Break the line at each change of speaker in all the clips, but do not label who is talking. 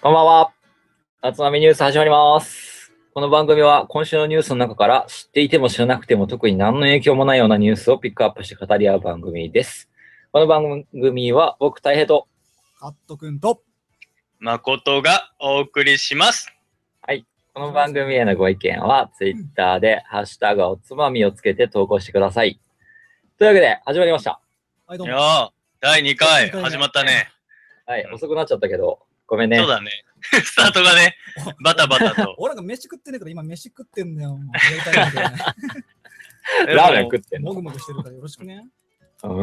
こんばんは。あつまみニュース始まります。この番組は今週のニュースの中から知っていても知らなくても特に何の影響もないようなニュースをピックアップして語り合う番組です。この番組は僕、大平と、
カット君と、
誠がお送りします。
この番組へのご意見はツイッターでハッシュタグおつまみをつけて投稿してください。というわけで始まりました。
はい、ど
いうや
も。
ー第2
第二
回
回目。
始まったね。
はい、
うん
遅くなっちゃったけど、ごめんね
そう。だね。スタートがね、バタバタと
俺なんか飯食ってねえから今飯食ってんだよ。もうやりたいんだよね
ラーメン食 ってん
も
の。
ぐもぐしてるからよろしくね。
うん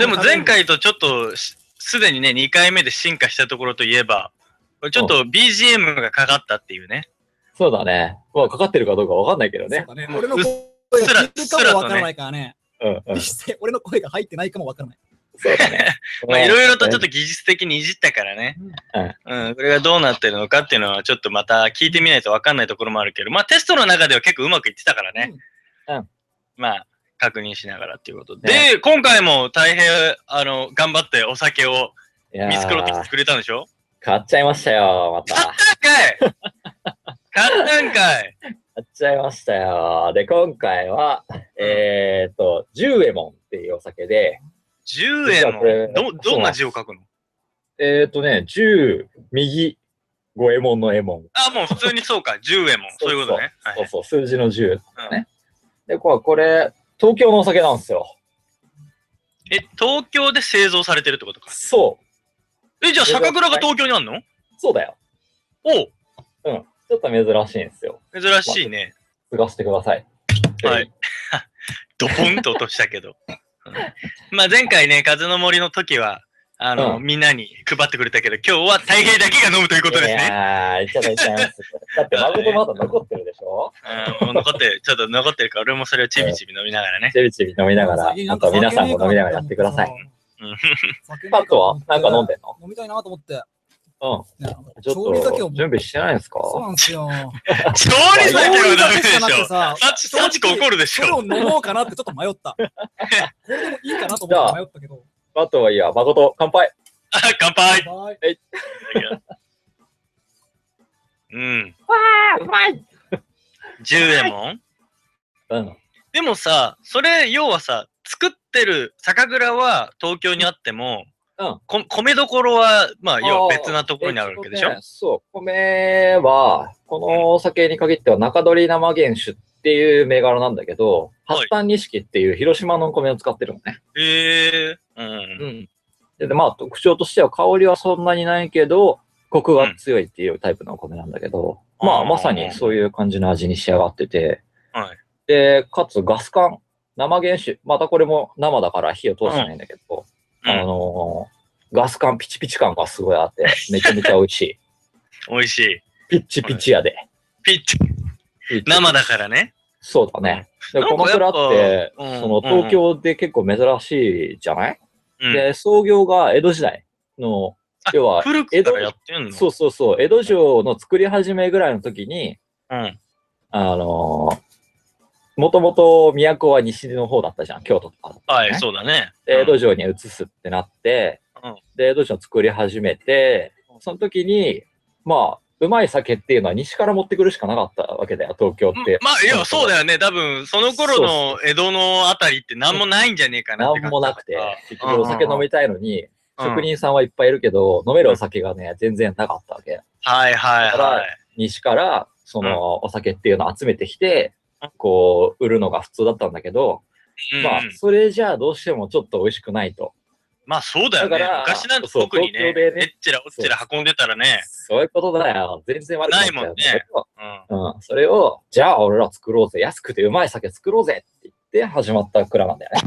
でも前回とちょっとしすでにね、2回目で進化したところといえば、ちょっと BGM がかかったっていうね。
そうだね。もうかかってるかどうかわかんないけど
そう
ね。
だね。
もう
俺の
う
声
っ
が
すら
聞いるかもわからないからね。
うんうん。
実際俺の声が入ってないかもわからない。
そうだね
。まあいろいろとちょっと技術的にいじったからね。うん、これがどうなってるのかっていうのはちょっとまた聞いてみないとわかんないところもあるけど、まあテストの中では結構うまくいってたからね。まあ、確認しながらっていうことで。
ね
で、今回も大変、あの、頑張ってお酒を
いやー
見繕ってきてくれたんでしょ
買っちゃいましたよ、ま
買った
た
ん。かい買ったんかい
買っちゃいましたよ。で、今回は、えっ、ー、と、十右衛門っていうお酒で、
?10 円
実はこれ
の、ど、どんな字を書くの
えっ、ー、とね、十右五右衛門の右衛門。
あ、もう普通にそうか、10円も。そういうことね。はい
そうそう、数字の十。
うん
で、こうこれ、東京のお酒なんですよ。
え、東京で製造されてるってことか。
そ
え、じゃあ酒蔵が東京にあんの
う、そうだよ。
おう
うん。ちょっと珍しいんですよ。
珍しいね。
継がしてください。
はい。ドポンと落としたけど。うんまあ前回ね、風の森の時は、あの、
う
みんなに配ってくれたけど、今日は大平だけが飲むということです
い
ね。
やー、いっちゃいっちゃいます。だって、誠まだ残ってるでしょ
うん、もう残ってる、ちょっと残ってるから、俺もそれをちびちび飲みながらね。
ちびちび飲みながら、あと皆さんも飲みながらやってください。。パッとはなんか飲んでんの
飲みたいなと思って。
うん。
ね
ちょっ
調理酒を
と準備してないんですか
そうなんですよ。
調理酒はダメで
調
し
理酒しかなくて
ょ。
さ
サチ、サチコ怒るでし
それ
ょ。
を飲もうかなってちょっと迷 った。これでもいいかなと思って迷ったけど。
あとはいいや、誠、乾杯
あ、乾杯
バイ
うん。
うまい
10円もん
うん。
でもさ、それ、要はさ、作ってる酒蔵は東京にあっても、
うん
こ米どころは、まあ、要は別なところにあるわけでしょ
えっとねそう、米は、このお酒に限っては中取り生原酒っていう銘柄なんだけど、
はい
八丹錦っていう広島のお米を使ってるのね。
へえうん。
ん。で、まあ特徴としては香りはそんなにないけど、コクが強いっていうタイプのお米なんだけど、
うん
ま
あ
あ
ー
まさにそういう感じの味に仕上がってて、
はい
で、かつガス缶、生原酒、またこれも生だから火を通してないんだけど、
うん
あのーガス感、ピチピチ感がすごいあって、めちゃめちゃ美味し い。
美味しい。
ピッチピチやで。
ピッチ、
ピッチ
生だからね。
そうだね。で
なんか
この蔵って、
やっぱうん
その東京で結構珍しいじゃない、
うん。
で、創業が江戸時代の、要は、
古くからやってんの
そうそうそう、江戸城の作り始めぐらいの時に、
うん。
あのーもともと都は西の方だったじゃん、京都とかだった
は
ね
い、そうだね。
で江戸城に移すってなって、
うん
で、江戸城作り始めて、その時に、まあ、うまい酒っていうのは西から持ってくるしかなかったわけだよ、東京って。
まあ、いや、そうだよね。多分、その頃の江戸のあたりって何もないんじゃねえかな
な
って
ん
感じ
もなくて、結局お酒飲みたいのに、
うん
職人さんはいっぱいいるけど、飲めるお酒がね、全然なかったわけ。
はいはいはい。
西から、その、お酒っていうのを集めてきて
うん、
こう、売るのが普通だったんだけど、
うん
まあ、それじゃあどうしてもちょっと美味しくないと。
まあ、そうだよ
だ
ね
か。ら
昔なんて
そう
特にね、
東京でね
えっちらおっちら運んでたらね。
そういうことだよ。全然悪くない
ないもんねうん。
うん、それを、じゃあ俺ら作ろうぜ、安くてうまい酒作ろうぜって言って始まった蔵なんだよね。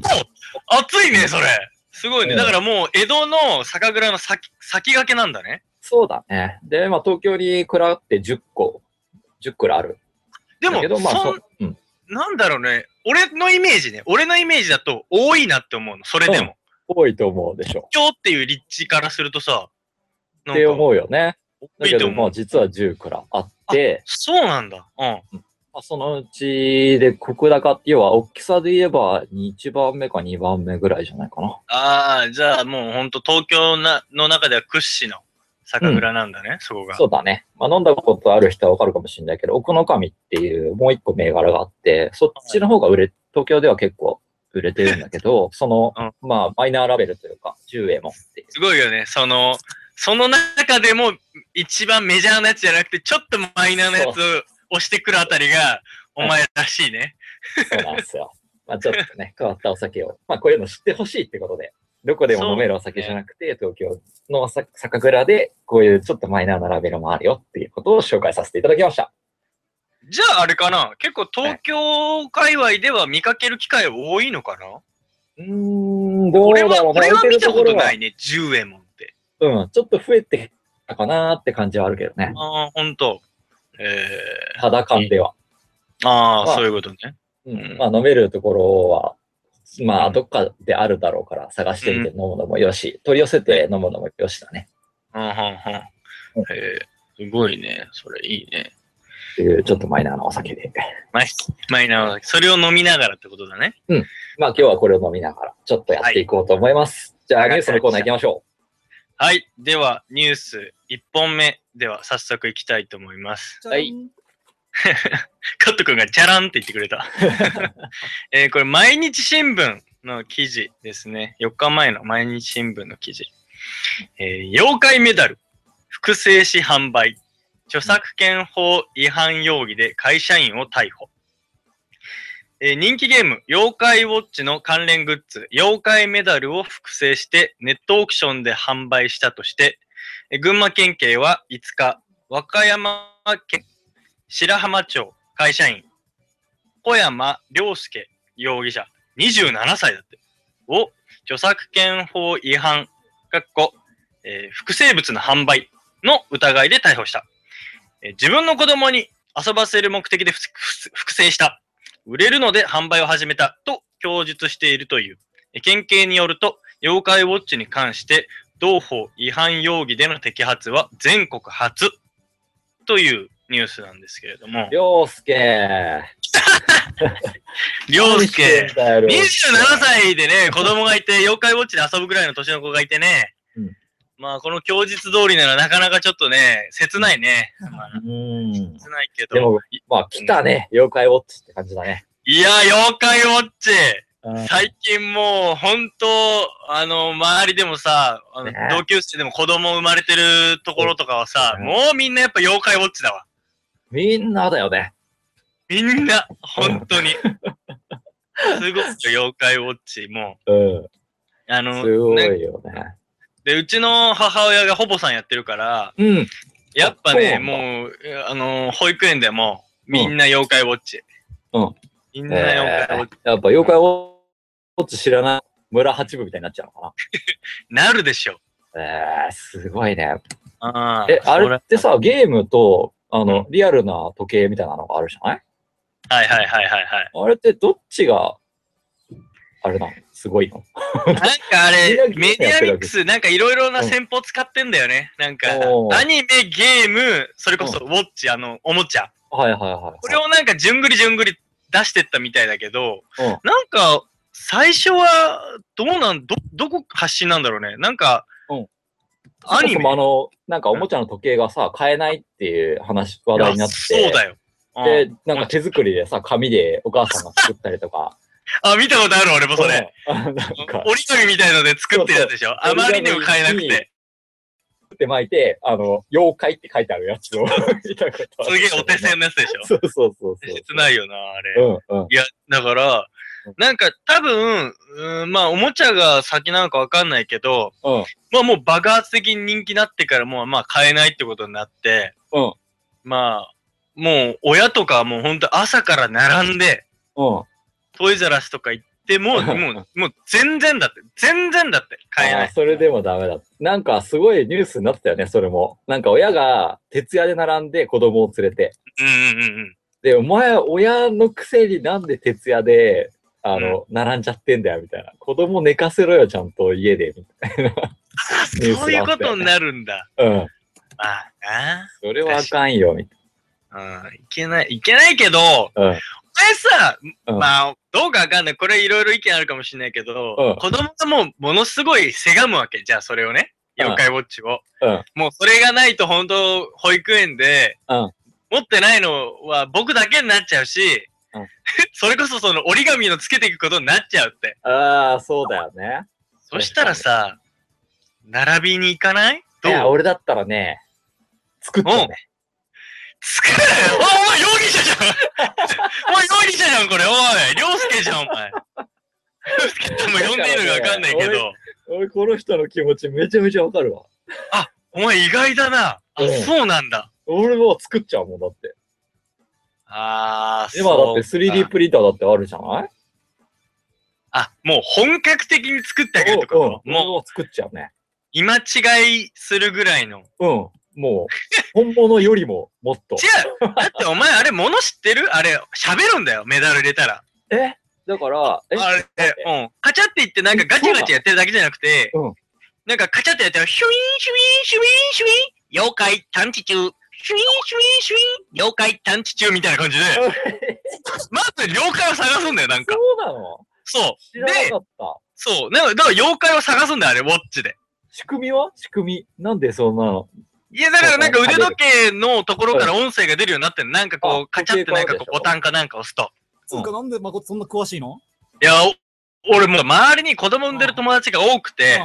熱いね、それ。すごいね。
うん
だからもう、江戸の酒蔵の先、先駆けなんだね。
そうだね。で、まあ東京に蔵って10個、10蔵ある。
でも
だけ、ど、まあ
そ
そ
ん
う、うん。
なんだろうね。俺のイメージね。俺のイメージだと多いなって思うの。それでも。
多いと思うでしょ。
今日っていう立地からするとさ、な
っ
ん
て
か
思うよね。
多
だ
い
け
と
ど、
思
ま
う
あ。実は10蔵あって、
そうなんだ。うん。
まあ、そのうちで国高って、要は大きさで言えば1番目か2番目ぐらいじゃないかな。
ああ、じゃあもうほんと東京なの中では屈指の酒蔵なんだね、そこが。
そうだね。まあ、飲んだことある人はわかるかもしれないけど、奥の神っていうもう一個銘柄があって、そっちの方が売れ、東京では結構売れてるんだけど、その、
うん
まあ、マイナーラベルというか、10円もっていう。
すごいよね。その、その中でも一番メジャーなやつじゃなくて、ちょっとマイナーなやつを押してくるあたりが、
うん
お前らしいね。
そうなんです よ。まあ、ちょっとね、変わったお酒を。まあ、こういうの知ってほしいってことで、どこでも飲めるお酒じゃなくて、東京のさ酒蔵で、こういうちょっとマイナーなラベルもあるよっていうことを紹介させていただきました。
じゃああれかな結構東京界隈では見かける機会多いのかな
うーん、どう
俺
だ
は、
ろう。
俺は見たことないいね、10円もって。
うん、ちょっと増えてきたかなーって感じはあるけどね。
ああ、ほんと。え
肌感では。
ー、あ
ま
あ、
あ
そういうことね。
うんん、まあ、飲めるところは、まあ、どっかであるだろうから、探してみて
う
飲むのもよし、取り寄せて飲むのもよしだね。
うん、うん、うん。えー、すごいね。それいいね。
っていう、ちょっとマイナーなお酒で。
マイマイナー、それを飲みながらってことだね。
まあ今日はこれを飲みながら、ちょっとやっていこうと思います。じゃあニュースのコーナー行きましょ
はい。では、ニュース1本目では早速いきたいと思います。
じゃん
はい
カット君がじゃらんって言ってくれた。えーこれ、毎日新聞の記事ですね。4日前の毎日新聞の記事。えー妖怪メダル、複製し販売、著作権法違反容疑で会社員を逮捕。えー人気ゲーム、妖怪ウォッチの関連グッズ、妖怪メダルを複製してネットオークションで販売したとして、えー群馬県警は5日、和歌山県白浜町会社員、小山良介容疑者、27歳だって、を著作権法違反、かっこ、えー複製物の販売の疑いで逮捕した。えー自分の子供に遊ばせる目的でふつふつ複製した。売れるので販売を始めたと供述しているという。えー県警によると、妖怪ウォッチに関して、同法違反容疑での摘発は全国初というニュースなんですけれど
う。、
も
りょうすけ。
りょうすけ
何し、てんだよ
27。歳でね、子供がいて、妖怪ウォッチで遊ぶぐらいの年の子がいてね、
うん
まあ、この供述通りならなかなかちょっとね、切ないね。まあ、
うん。
切ないけ
で
ど。
も、まあ来たね、妖怪ウォッチって感じだね。
いや、妖怪ウォッチ
うん
最近もう、本当あの、周りでもさ、あの
ね
同級生でも子供生まれてるところとかはさ、
うん
もうみんなやっぱ妖怪ウォッチだわ。
みんなだよね。
みんな、本 当に。すごいよ、妖怪ウォッチ。も
うん。
う、あの、
すご
ね
いよね。
で、うちの母親がほぼさんやってるから、
うん。
やっぱ
あ
ね、
そうな
もう、あのー保育園でも、みんな妖怪ウォッチ。
うん。
みん
え
な妖怪ウォッチ。
ーやっぱ妖怪ウォッチ知らない村八部みたいになっちゃうのか
なるでしょ。
な。えー、すごいね。
あー
え、あれって、
そ
さ、ゲームと、あの、リアルな時計みたいなのがあるじゃない
らはいはいはいはいはい。
あれってどっちが、あれなのすごいの
なんかあれ、メ
メ
デ
ディ
ィア
アミ
ミッ
ッ
ク
ク
ス、なんかいろいろな
うん
戦法使ってんだよね。なんか、
おー
アニメ、ゲーム、それこそウォッチ、あの、おもちゃ。
はいはいはい。
これをなんか、じゅんぐりじゅんぐり出してったみたいだけど、
うん
なんか、最初は、どうなん、ど、どこ発信なんだろうね。なんか、
うん
ア
そも
ニ
そ
メ
もあの、なんかおもちゃの時計がさ、買えないっていう話、話題になって。
いやそうだよ。うん
で、なんか手作りでさ、紙でお母さんが作ったりとか。
あ、見たことある俺もそれ。
うん。なんか、
折り紙みたいので作ってるやつでしょあ
そうそう
まりにも買えなくて。
作って巻いて、あの、妖怪って書いてあるやつを見たことあ
す
る
げえお手製のやつでしょ
そうそうそうそう。
切ないよな、あ
う
れ。
んうん。
いや、だから
うん、
なんか多分、うんまあおもちゃが先なのかわかんないけど、
うん。
まあもう爆発的に人気になってからもうまあ買えないってことになって、
うん
まあ、もう親とかはもうほんと朝から並んで、
うん。
トイザラスとか行っても、もう、もう全然だって、全然だって買えな
あ
い
ー。それでもダメだ。なんかすごいニュースになってたよね、それも。なんか親が徹夜で並んで子供を連れて。
うんうんうんうん。
で、お前、親のくせになんで徹夜で、あの、並んじゃってんだよ、みたいな。子供寝かせろよ、ちゃんと家で、みたいな。ニュー
そう
ス
い
が
う
あ
こ
ったよね
とになるんだ。
うん。
まあな
それはあかんよ、みたい
うん、いけない、いけないけど、お
な。うん。
前さ、
うん
まあ、どうかわかんない。これいろいろ意見あるかもしれないけど、
うん
子供がもうものすごいせがむわけ。じゃあそれをね、妖怪ウォッチを。
うん
もうそれがないと本当、保育園で、
うん
持ってないのは僕だけになっちゃうし、
うん
それこそその折り紙のつけていくことになっちゃうって。
ああ、そうだよね。
そしたらさ、並びに行かない
い
どう
や、俺だったらね、作ったね。
作れよおお前容疑者じゃんお前容疑者じゃんこれおい涼介じゃんお前涼介っても呼んでいいのか分かんないけ
だから
ど
俺、この人の気持ちめちゃめちゃわかるわ。
お前意外だなあ、
うん
そうなんだ
俺もう作っちゃうもんだって。
あー
今だって
そうか
3D プリンターだってあるじゃない
あもう本格的に作ってあげるって
うん
こ
う
と
ん
もう
もう作っちゃうね。
今違いするぐらいの
うん。 もう、本物よりももっと。
違うだってお前あれ物知ってるあれ喋るんだよメダル入れたら
えだから、え
あれうんカチャって言ってなんかガチャガチャやってるだけじゃなくて
うん
なんかカチャってやったら、シュイーン、シュイーン、シュイーン、シュイーン、妖怪探知中、シュイーン、シュイーン、シュイーン、妖怪探知中みたいな感じで、まず妖怪を探すんだよ、なん
そ
か。
うなの
そう。
知
で
ら、なかった。
そう。なのだから妖怪を探すんだよ、あれ、ウォッチで。
仕組みは仕組み。なんでそんなの
いや、だからなんか腕時計のところから音声が出るようになってんのなんかこ
あ
う、カチャってなんか
時計からで
こ
しょ
う、ボタンかなんか押すと。
つうか、なんで誠そんな詳しいの
いや、お俺もう周りに子供産んでる友達が多くて、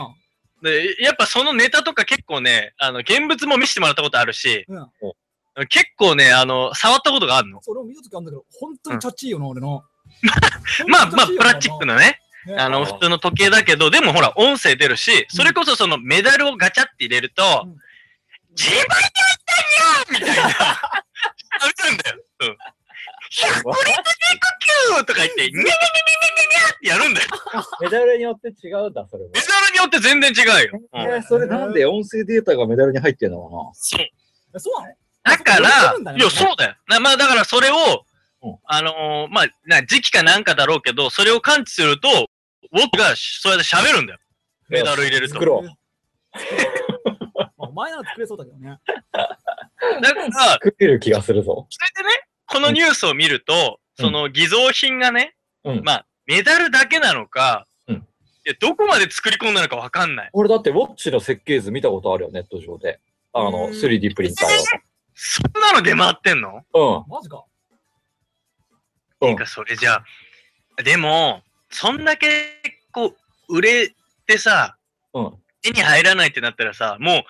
う
で、やっぱそのネタとか結構ね、あの、現物も見せてもらったことあるし、
ん。うん。
結構ね、あの、触ったことがあるの。
それを見たときあるんだけど、本当にチャッチいよな、俺の。
まあまあ、プラスチック
な。
のね、
ね
あ
あー
の、普通の時計だけど、でもほら、音声出るし、それこそそのメダルをガチャって入れると
うん、
自分で言ったんよみたいな。あれなんだよ。うん。100リットルとか言って、にゃにゃにゃにゃにゃにゃってやるんだよ。
メダルによって違うんだ、それも
メ。ダルによって全然違うよ。う
え
ん。
ーそれなんで音声データがメダルに入ってんのかな
そう。
えそうなの
だか
あ
ら
そこに置いてるんだ、ね
いや、そうだよ。なまあ、だからそれを
うん、
あのー、まあ、な時期かなんかだろうけど、それを感知すると、僕がそうやって喋るんだよ。メダル入れると
作。ろう。
まあお前なら作れそうだけどね。
だから、
作れる気がするぞ。
それでね、このニュースを見ると、
うん
その偽造品がね、
うん
まあ、メダルだけなのか、
うん
いやどこまで作り込んだのかわかんない。
俺だってウォッチの設計図見たことあるよ、ネット上で。あの、
うん
3D プリンター
そんなの出回ってんの
だ
マジか。
と。うん。う
なん
ん
か、それじゃあ、でも、そんだけ、こう、売れてさ、
うん。
手に入らないってなったらさ、もう、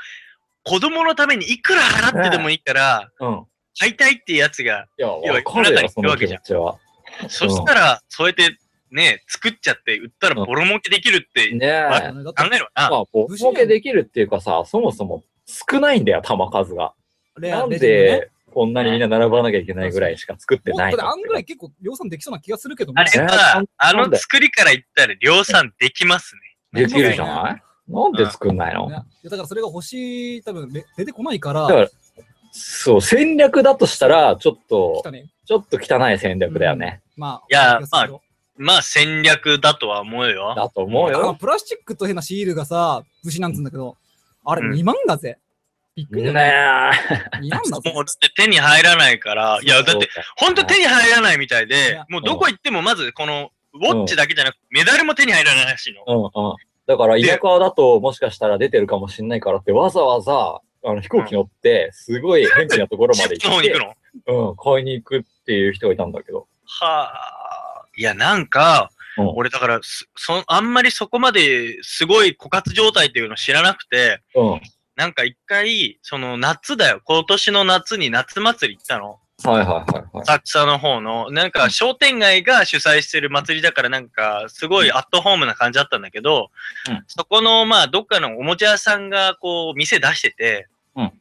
子供のためにいくら払ってでもいいから、
うん。
買いたいってやつが、
いや、
いや
わかるよ、その気持ちは。
そしたら、そうやって、ね、作っちゃって、売ったらボロ儲けできるって
ね
だ
え。
って
考えるわな。
まあ、ボ
不思議だ
儲
よ
けできるっていうかさ、そもそも少ないんだよ、玉数が。
レア
なん
レジェンドね
で、こんなにみんな並ばなきゃいけないぐらいしか作って
も
な
っ
い
と
の
であんぐらい結構量産できそうな気がするけどね。
あれは、あの作りから言ったら量産できますね。
できるじゃないなんで作んないの
ねいやだからそれが欲しい、多分れ出てこないから、
だから、そう、戦略だとしたら、ちょっ
来
と
た、ね。
ちょっと汚い戦略だよね。
まあ、
いや
気がするよ
まあ戦略だとは思うよ。
だと思う
あの
よ。
プラスチックと変なシールがさ、武士なんつうんだけど、あれ
うん
2万だぜ。びっくりだ
ね
ね。
え。
2万だ
もう
ぜ。
だって手に入らないから、いやだって、ほんと手に入らないみたい
い
で
や、
もうどこ行ってもまずこのウォッチだけじゃなくメダルも手に入らないらしいの。
うんうん。だから田舎だともしかしたら出てるかもしれないからってわざわざあの飛行機乗ってすごい変なところま
チ
で
ップ
行っ
の方 に行く
て、
の。
うん、買いに行くっていう人がいたんだけど。
はあ。いやなんか、
うん
俺だからすそあんまりそこまですごい枯渇状態っていうの知らなくて、
うん。
なんか一回、その夏だよ。今年の夏に夏祭り行ったの。
はいはいはいはい。
浅草の方の、なんか商店街が主催してる祭りだからなんか、すごいアットホームな感じだったんだけど、
うん
そこの、まあ、どっかのおもちゃ屋さんが、こう、店出してて、
うん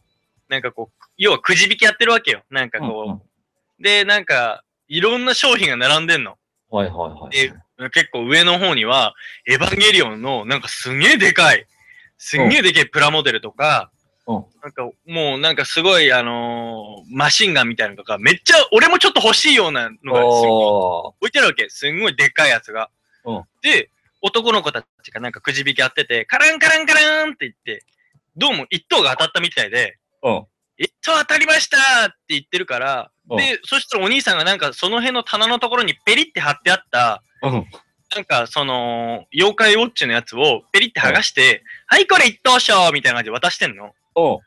なんかこう、要はくじ引きやってるわけよ。なんかこう、
うんうん
で、なんか、いろんな商品が並んでんの。
はいはいはい
で。結構上の方には、エヴァンゲリオンの、なんかすげえでかい、すんげえでけえプラモデルとか、
うん
なんかもうなんかすごい、あのーマシンガンみたいなのとか、めっちゃ俺もちょっと欲しいようなのがすごい
おー
置いてあるわけ。すんごいでっかいやつが。
うん
で、男の子たちがなんかくじ引きやってて、カランカランカランって言って、どうも一等が当たったみたいで、
うん。
一等当たりましたって言ってるから、
うん
で、そしたらお兄さんがなんかその辺の棚のところにペリって貼ってあった、
うん。
なんか、その、妖怪ウォッチのやつをペリって剥がして、はい、これ一等賞みたいな感じで渡してんの。
おう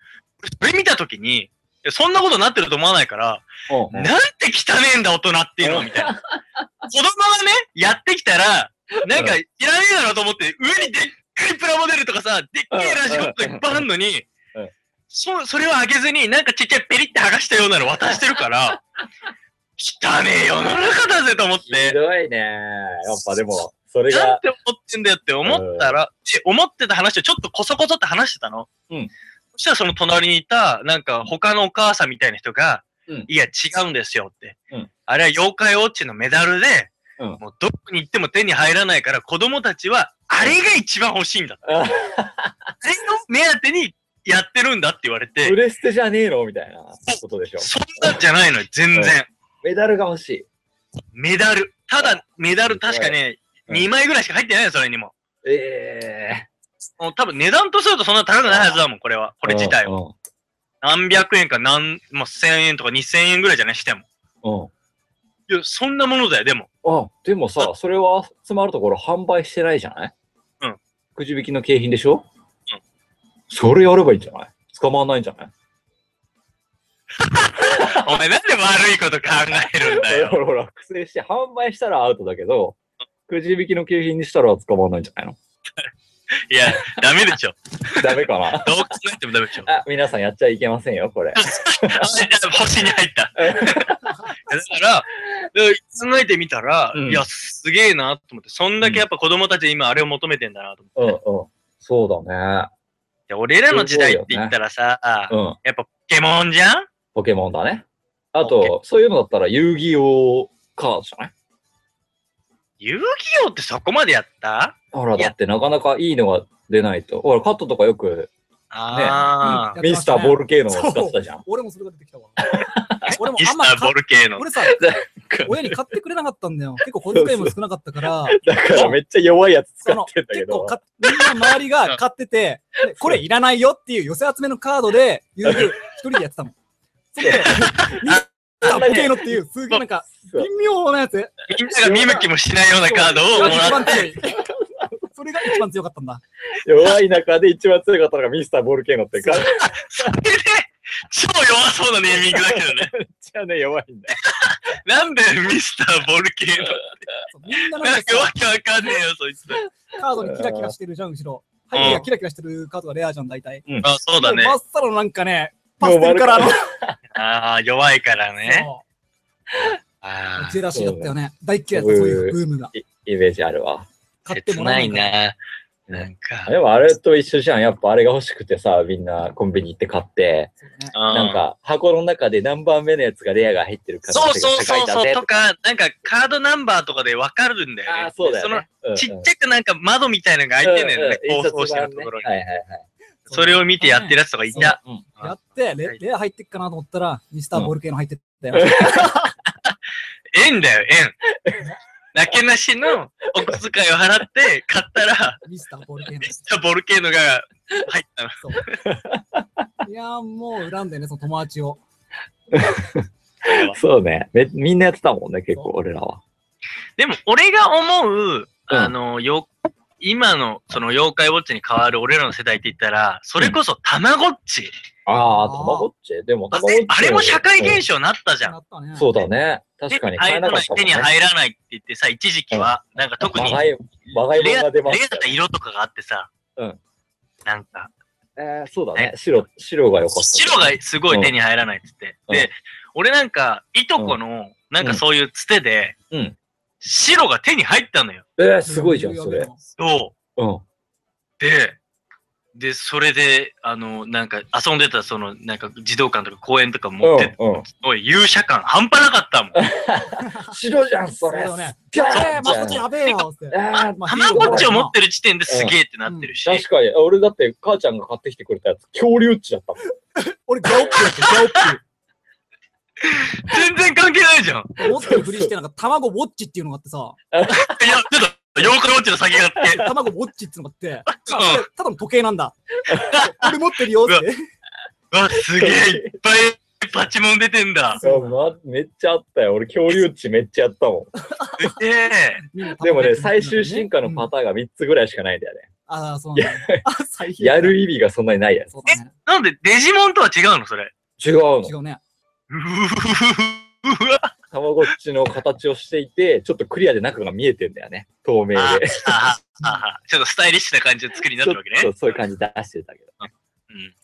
それ見たときに、そんなことなってると思わないから、
おう
なんて汚ねえんだ、大人っていうのはみたい な。子供がね、やってきたら、なんか、いらねえだろうと思って、上にでっかいプラモデルとかさ、でっかいラジコンとかいっぱいあるのに
うん、
そそれをあげずに、なんかちっちゃいペリって剥がしたようなの渡して るから、汚ねえ世の中だぜと思っ
ひ
て、
どいね。やっぱでも、それ
なん
が、
て思ってんだよって思ったら、って思ってた話をちょっとこそこそって話してたの。
うん
そしたらその隣にいた、なんか他のお母さんみたいな人が、
うん
いや違うんですよって。
うん
あれは妖怪ウォッチのメダルで、
うん
もうどこに行っても手に入らないから子供たちはあれが一番欲しいんだ。あれの目当てにやってるんだって言われて
プ、レステじゃねえのみたいなことでしょ。
そんなんじゃないのよ、全然。
メダルが欲しい。
メダル。ただメダル確かね、
うん
2枚ぐらいしか入ってないよ、それにも。
ええ
もう多分値段とするとそんな高くないはずだもん、これは。これ自体は。
は。
何百円か何、まあ、千円とか二千円ぐらいじゃないしても。
うん。
いや、そんなものだよ、でも。
あ、でもさ、それは、つまるところ販売してないじゃない
うん。
くじ引きの景品でしょ
うん。
それやればいいんじゃない捕まんないんじゃない
お前なんで悪いこと考えるんだよ。
ほらほら、苦戦して、販売したらアウトだけど、くじ引きの景品にしたら捕まんないんじゃないの
いや、ダメでしょ。
ダメか な
どう考えてもダ メでしょ。
あ、皆さんやっちゃいけませんよ、これ。
星に 入った。だから、考えてみたら、
うん
いや、すげえなと思って、そんだけやっぱ子供たち今あれを求めてんだなと思って。
うん
い
うん。そうだね。
や俺らの時代って言ったらさ、
うん。
やっぱポケモンじゃん
ポケモンだね。あ
オッケ
と、そういうのだったら遊戯王カードじゃない
遊戯王ってそこまでやった
ほら、
いや
だってなかなかいいのが出ないと。ほら、カットとかよく
ああ、
ね
ミスターボルケーノを使ってたじゃん。
俺もそれが出てき たわ。俺も
ミ
あん
ス
ま
ター
買
ボ
っ、
ルケーノ。
俺さ、 親に買ってくれなかったんだよ。結構小遣いも少なかったから、
だからめっちゃ弱いやつ使
そ
っ
の
てんだけ
結
ど
構。かみんな周りが買って て、でこれいらないよっていう寄せ集めのカードで、遊戯王一人でやってたもん。それで、ミスターボルケーノっていう、すげえなんか、
そう
微妙なやつ。
みんなが見向きもしないようなカードをも
一
らっ
番強い。それが一番強かったんだ。
弱い中で一番強かったのがミスターボルケーノって感
それで、超弱そうなネーミングだけど ね。
じゃね、弱いんだよ。
なんでミスターボルケーノ
そうみんなな
なんん
か
かわけわかんねえよ、そいつ。
カードにキラキラしてるじゃん、後ろ。背景がキラキラしてるカードがレアじゃん、大体。
あ、そうだね
も。真っさらのなんかね、パステルカラーの。
ああ、弱いからね。
そ
あ
うジェラシーだったよね。大っ嫌いだった、そういうブームが。
イイメージあるわ。
あ、
買って
切
もら
な
え
い
ない。
な。なんか、
でもあれと一緒じゃん。やっぱあれが欲しくてさ、みんなコンビニ行って買って、
そうだね
なんか箱の中で何番目のやつがレアが入ってる
うん、
可
そ
能
う
性
そう
が高
そ
いうだ
そう、
ぜと
と
か。
か、なんかカードナンバーとかでわかるんだよね。
ああ、そうだよね。
そのちっちゃくなんか窓みたいなのが開いてんだよね、
うんうん
高層紙のところに。
はいはいはい。
それを見てやってるやつとかいた。
うん
やって、レレア入ってっかなと思ったら、ミスターボルケーノ入ってったよ。
円だよ、円。なけなしのお小遣いを払って買ったら、
ミスターボルケー ノ。
ボルケーノが入ったの。
いやー、もう恨んでね、その友達を。
そうねめ。みんなやってたもんね、結構俺らは。
でも、俺が思う、
うん
あの、よ、今の、その、妖怪ウォッチに変わる俺らの世代って言ったら、それこそ、たまごっち。
ああ、
あー
たまごっちでも、
あ
たまごっち
あれも社会現象になったじゃん。
なったね。
そうだね。確かに
あ
買
れ
えなかったもん
手に
ね。
入らないって言ってさ、一時期は、なんか特に、
まが
レ
い、まがいもん
ア
が出ま
レ
し
アだったた
よ。
色とかがあってさ、
うん
なんか、
えー、そうだね。白、白が良かった。
白がすごい手に入らないって言って、
うん
で、俺なんか、いとこの、なんかそういうつてで、
うん
白が手に入ったのよ。
えー、すごいじゃん、それ。
そう。
うん。
で、で、それで、あの、なんか、遊んでた、その、なんか、児童館とか公園とか持って、
うんうん、
すごい勇者感半端なかったもん。
白じゃん、そ
そう
れ。
だよね
すっげ
えー、
ー
まこちゃんやべえよって。
あー
まあ
たまごっちを持
ヒーロ
っ
ーだ
てる時点ですげえってなってるし、
確かに。俺だって、母ちゃんが買ってきてくれたやつ、恐竜っちだったもん。
俺、ガオッピーだって、ガオッピー。
全然関係ないじゃん。
持ってるふりして、なんか、卵ウォッチっていうのがあってさ、
いや、ちょっと、妖怪ウォッチの先があって、
卵ウォッチっていうのがあって、
うん
あこれ ただの時計なんだ。俺持ってるよって。
うわ、すげえいっぱいパチモン出てんだ。
そう、ま、めっちゃあったよ。俺、恐竜っちめっちゃやった も
ええ
ん。でもね、最終進化のパ
ーン。
ターンが3つぐらいしかないんだよね。
ああ、そうなんだ。あ、最悪。
やる意味がそんなにないや
そうだね。
なんでデジモンとは違うのそれ。
つ。違うの
違。うね。
うわ。
たまごっちの形をしていて、ちょっとクリアで中が見えてんだよね。透明
あ
で。
ああちょっとスタイリッシュな感じの作りになっ
ち
て
ょ
るわけね。
っと そういう感じ出してたけ
うん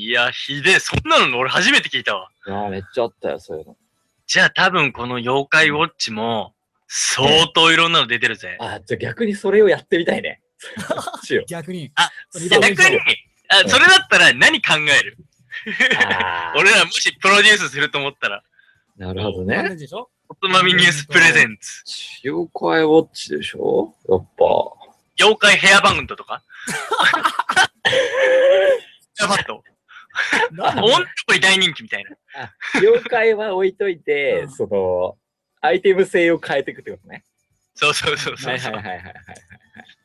いや、ひでえ。そんなの俺初めて聞いたわ。
ど。いやーめっちゃあったよ、そういうの。
じゃあ多分この妖怪ウォッチも相当いろんなの出てるぜ。
あー、じゃあ逆にそれをやってみたい ね。しよう
逆に。
あ、
リバウンド
逆に、あ、それだったら何考える
あー
俺らもしプロデュースすると思ったら、
なるほど
残
ね。
念でしょ
おつまみニュースプレゼンツ、
妖怪ウォッチでしょやっぱ。
妖怪ヘアバンドとかヘアバンド
なんだ
女の子に大人気みたいな。
妖怪は置いといて、
うん
その、アイテム性を変えていくってことね。
そうそうそうそう。
はいはいはいはい。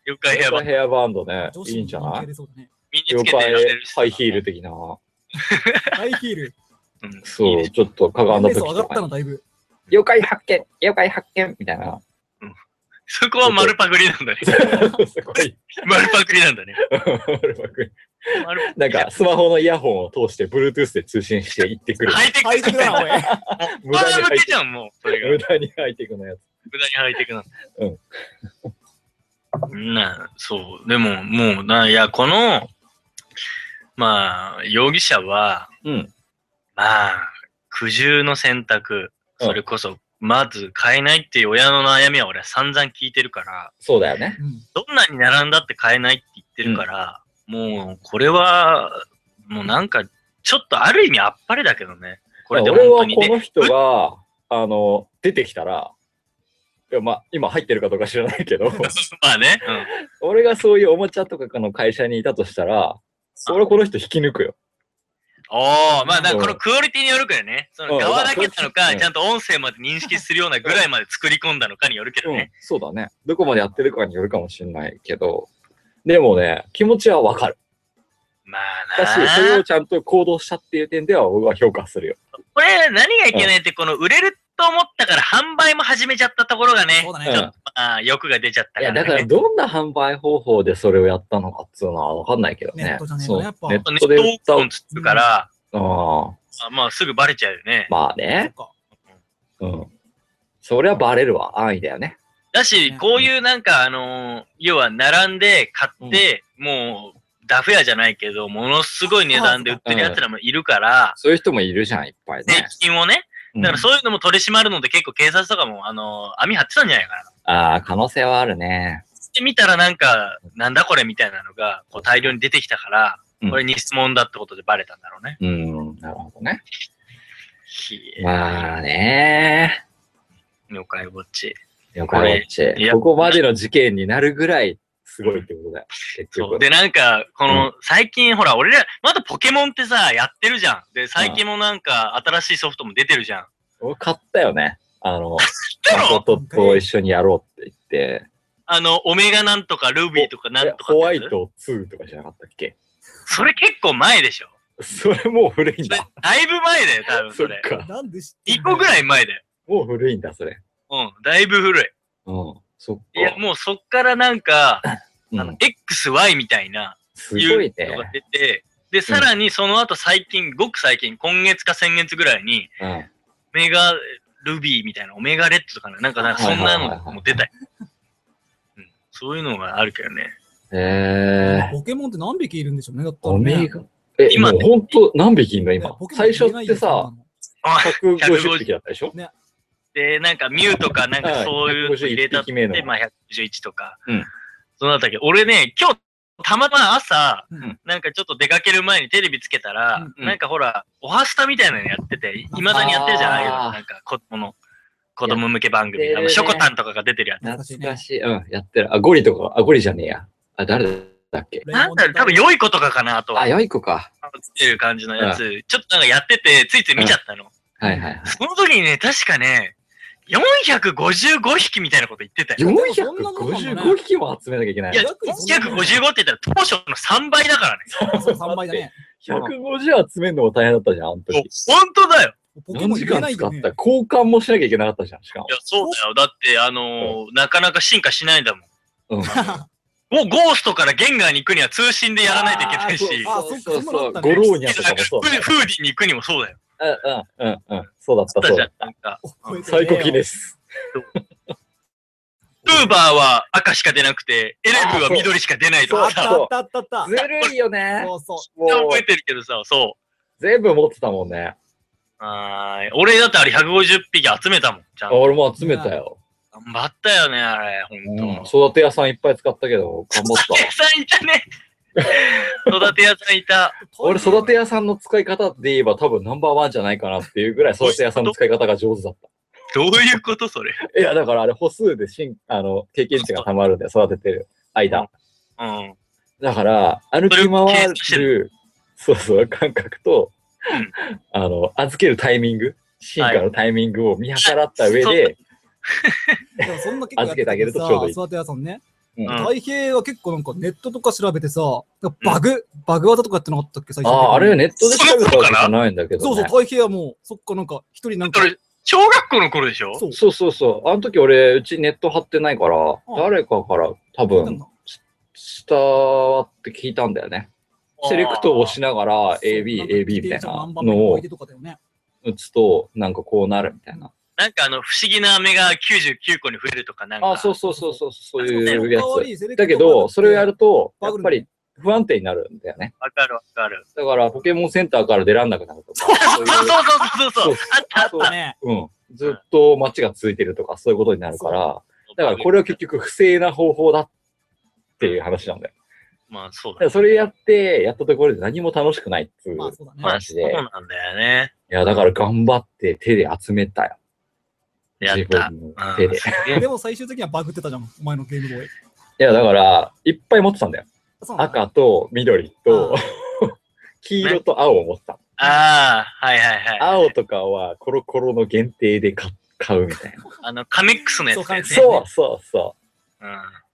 妖怪ヘアバンド。
ヘアバンドね
女。子
いいんじゃ
に
な
人気
い
出そうだね
身につ
妖
けて
怪
やってるし。
ハイヒール的な。
ハイヒール。
うんいい
そ
ね
う、ちょっとかがんだ
年齢
時
層上が
と
っ
かに
たの、だいぶ。
妖怪発見妖怪発見みたいな。
そこは丸パクリなんだね。
すごい。
丸パクリなんだね。丸パク
なん
リ
か、スマホのイヤホンを通して、Bluetooth で通信して行ってくる。
ハイテ
ハイ
ク
ヒールだな、おい。
無
無
駄
駄
に入
に向
っ
け
て
じゃん、もう。それが
無駄に入ってくのやつ。
無駄にハイテクなの。うん。なあそう。でも、もう、な、いや、この、まあ、容疑者は、
うん。
まあ、苦渋の選択、
うん
それこそ、まず買えないっていう親の悩みは俺は散々聞いてるから、
そうだよね。
うん
どんなに並んだって買えないって言ってるから、もう、これは、もうなんか、ちょっとある意味あっぱれだけどね。これで
俺
本
は
当に
こ
ね。
の人が、 あの、出てきたら、いやまあ、今入ってるかどうか知らないけ ど、
まあね。うん
俺がそういうおもちゃとかの会社にいたとしたら、俺はこの人引き抜くよ。
おお、まあ、だ
う
か
ん
らこのクオリティによるからね、そ
うん
の側だけなの
う
か、
ん
ちゃんと音声まで認識するようなぐらいまで作り込んだのかによるけど
うん
ね。、
そうだね。どこまでやってるかによるかもしれないけど、でもね、気持ちはわかる。
ま
だ
あ
し、それ
な
を
あ、
ちゃんと行動したっていう点では、僕は評価するよ。
これ何がいけないって、この売れると思ったから販売も始めちゃったところがね
そう、だ
うん
ね。
まあ、欲が出ちゃった
いや、
か
だ
ら
から
ね。
どんな販売方法でそれをやったのかっつうのはわかんないけどね。
ネットじゃねえの
そう
やっぱ
ネ
ネ
ッ
ッ
ト
ト
で
オ
売っ
ー
た。
クションつくから、
ああ、
まあまあ、すぐバレちゃうよね。
まあね。
そっか
うん。そりゃバレるわ。安易だよね。
だし、こういうなんか、あのー要は並んで買って、もう、ダフ屋じゃないけど、ものすごい値段で売ってる奴らもいるから、
そういう人もいるじゃん、いっぱい
税
ね。
金をね、だから
うん
そういうのも取り締まるので結構警察とかも、あの網張ってたんじゃないかな。
ああ、可能性はあるね。
で、見たらなんか、なんだこれみたいなのが、こう大量に出てきたから
うん、
これに質問だってことでバレたんだろうね。
うん、なるほどね。
ひえ
まあね。
妖怪ウォッチ。
よかっち
い。や
ここまでの事件になるぐらいすごいってことだよ。結
そう。
局。
で、なんか、この、最近ほら、俺ら、まだポケモンってさ、やってるじゃん。で、最近もなんか、新しいソフトも出てるじゃん。
俺買ったよね。あの、
だ
マコ
ろ
トと一緒にやろうって言って。
あの、オメガなんとか、ルビーとかなんとか。
ホワイ。ト2とかじゃなかったっけ
それ結構前でしょ。
それもう古いん
それ
だ。
だいぶ前だよ、多分
そ
そ
っ
れ。
か。
なんで知って
1個ぐらい前だよ。
もう古いんだ、それ。
うん、だいぶ古い。
うん。そっか。
いや、もうそっからなんか、
うん
あの、XY みたいな、
す
い
ごいうね
の。が出て、で、さらにその後最近、ごく最近、今月か先月ぐらいに、
うん。
オメガルビーみたいな、オメガレッドとかな、なんか、なんかそんな
はいはいはいは
の
い
も出たり。うんそういうのがあるけどね。
えー。
ポケモンって何匹いるんでしょうね、だったら
オ
ね
メガ。え、今、
今
も
ね
うほんと何匹いんの
ね
今
ポ。ケモ
最
ン
初
いな
っ
い
て
よ
さ、、150匹だったでしょ
で、なんかミュウとかなん
はい
かそういうの入れたっ
151匹目の
て、まあ151とか、
うん
そうなったけど、俺ね、今日、たまたま朝、
うん
なんかちょっと出かける前にテレビつけたら、
うん
なんかほら、おはスタみたいなのやってて、いまだにやってるじゃん、
あー
ああいうのなんか子供の、子供向け
や
番
っ
組。
てる
あ
ね
の、ショコタンとかが出てるやつ。
懐
懐
か
か
し
し
い,、
いね
うん、やってる。あ、ゴリとか、あ、ゴリじゃねえや。あ、誰だっけ
ポケモン
なんだろう、多分良い子とかかなとは
あ、、よい子か。
ってる感じのやつ、ちょっとなんかやってて、ついつい見ちゃったの。
はいはいはい。
その時にね、確かね、455匹みたいなこと言ってたよ。
455匹も集めなきゃいけない
いや、
の。
455
455って言ったら当初の3倍だからね。
そう3倍だね。
150集めるのも大変だったじゃん、あの時。
本当だよ
ポケ
何
モン
時
入れ
間
ない
使
よ、
っ
ね
た。交換もしなきゃいけなかったじゃん、しかも
い。や、そうだよ。だって、あのーなかなか進化しないんだもん。
うん。
もうゴーストからゲンガーに行くには通信でやらないといけないし、
あ
そうそ
そっ
う
か
そう。ゴ
そうだったね
ローニ
いや
ャとかもそう
フ
だ
ー
よ。
フーディーに行くにもそうだよ。
うんうんうんうん。そうだった、そう
だった
だっ
じゃん。なんか、
覚えてねえよ
た。最高期です。
ウーバーは赤しか出なくて、エレブは緑しか出ないと
あ
か
っ
さ、
たあったあったあった。
ずるいよね。
そうそう。
も
覚え
う、
てるけどさ、そう。
全部持ってたもんね。
あー俺だってあれ150匹集めたもん。ちゃん
あ
と
俺も集めたよ。
頑張ったよね、あれ。ほんと。
うん育て屋さんいっぱい使ったけど、頑張っ
育て屋
た。
さんいたね。育て屋さんいた。
俺、育て屋さんの使い方で言えば多分ナンバーワンじゃないかなっていうぐらい育て屋さんの使い方が上手だっ
どういうことそれ。
た。いや、だからあれ、歩数でしんあの経験値が溜まるんで、育ててる間。
うん。
だから、歩き回る、そうそう、感覚と
うん、
あの、預けるタイミング、進化のタイミングを見計らった上
はい
で、
でもそんな結構や
預けてあげるとちょうどいい
育て屋さんね。
うん
うん
大平は結構なんかネットとか調べてさ、バグ、バグ技とかやってなかったっけ最
ああ、あれ
よね。
ネットで調べたわけじゃないんだけ
そ
ど
うそう、
ね。
大平はもう、そっかなんか、一人なんか
そ、れ、小学校の頃でしょ
そう。
そうそうそう。あの時俺、うちネット貼ってないから、誰かから多
なん
分
か
伝わって聞いたんだよね。セレクトを押しながら
そう
AB、AB みたいなの
の
を打つと、なんかこうなるみたいな。
なんかあの、不思議な目が99個に増えるとかなんか。
あ、そうそうそうそう、そう
そ
いうやつ。だけど、それをやると、やっぱり不安定になるんだよね。
わかるわかる。
だから、ポケモンセンターから出らんなくなるとか。そうい
そう
う
そうそうそうそう。あったあっ
そう
とね、
うん。ずっと街が続いてるとか、そういうことになるから、
た。
だからこれは結局不正な方法だっていう話なんだよ。
まあそう
だ
だ
からそれやって、やったところで何も楽しくないっていう。
まあそうだね。
まあ
話
そう
で
なんだよね。
いや、だから頑張って手で集めたよ。
やっ
自
た。
分の手で。い
でも最終的にはバグってたじゃん、お前のゲームボーイ。
や、だから、いっぱい持ってたんだよ。
そうなんだ
赤と緑と、 黄色と青を持ってた。
ああ、はいはいはい。
青とかはコロコロの限定で買買うみたいな。
あの、カメックスのやつだよね。
そう
そうそうそう。
うん。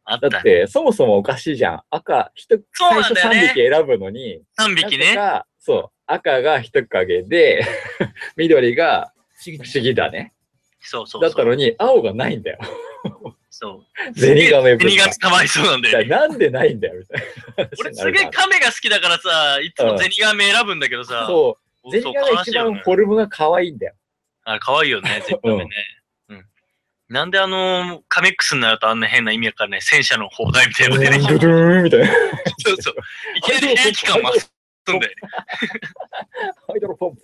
あっ
だ
た
っ
ね。
て、そもそもおかしいじゃん。赤、一、
そ
最
うなん
初
だよ
3
ね
匹選ぶのに、
3匹ね。
なぜかそう、赤が人影で、 緑が
不思議
不
だね
思議だね。
そうそうそう。
だったのに、青がないんだよ。
そう。
ゼニガメ
ゼ
文
ニ
化
ガメかわいそうなんだ
い
よ
や
ね。
なんでないんだよ、みたいな話
俺
に
す
なるか
げ
ら。
えカメが好きだからさ、いつもゼニガメ選ぶんだけどさ、
そ、
そう
ゼニガメ
悲し
一
いよ
番
ね
フォルムが可愛いんだよ。
あれ可愛いよね、ゼニガメね。うん。なんであのーカメックスになるとあんな変な意味わかんない戦車の砲台みたい
ド
な
ゥ
の出てきて、
ルドゥルンみたいな。
そうそう。いきなり兵器感増すん だよね。
ハイドロポンプ。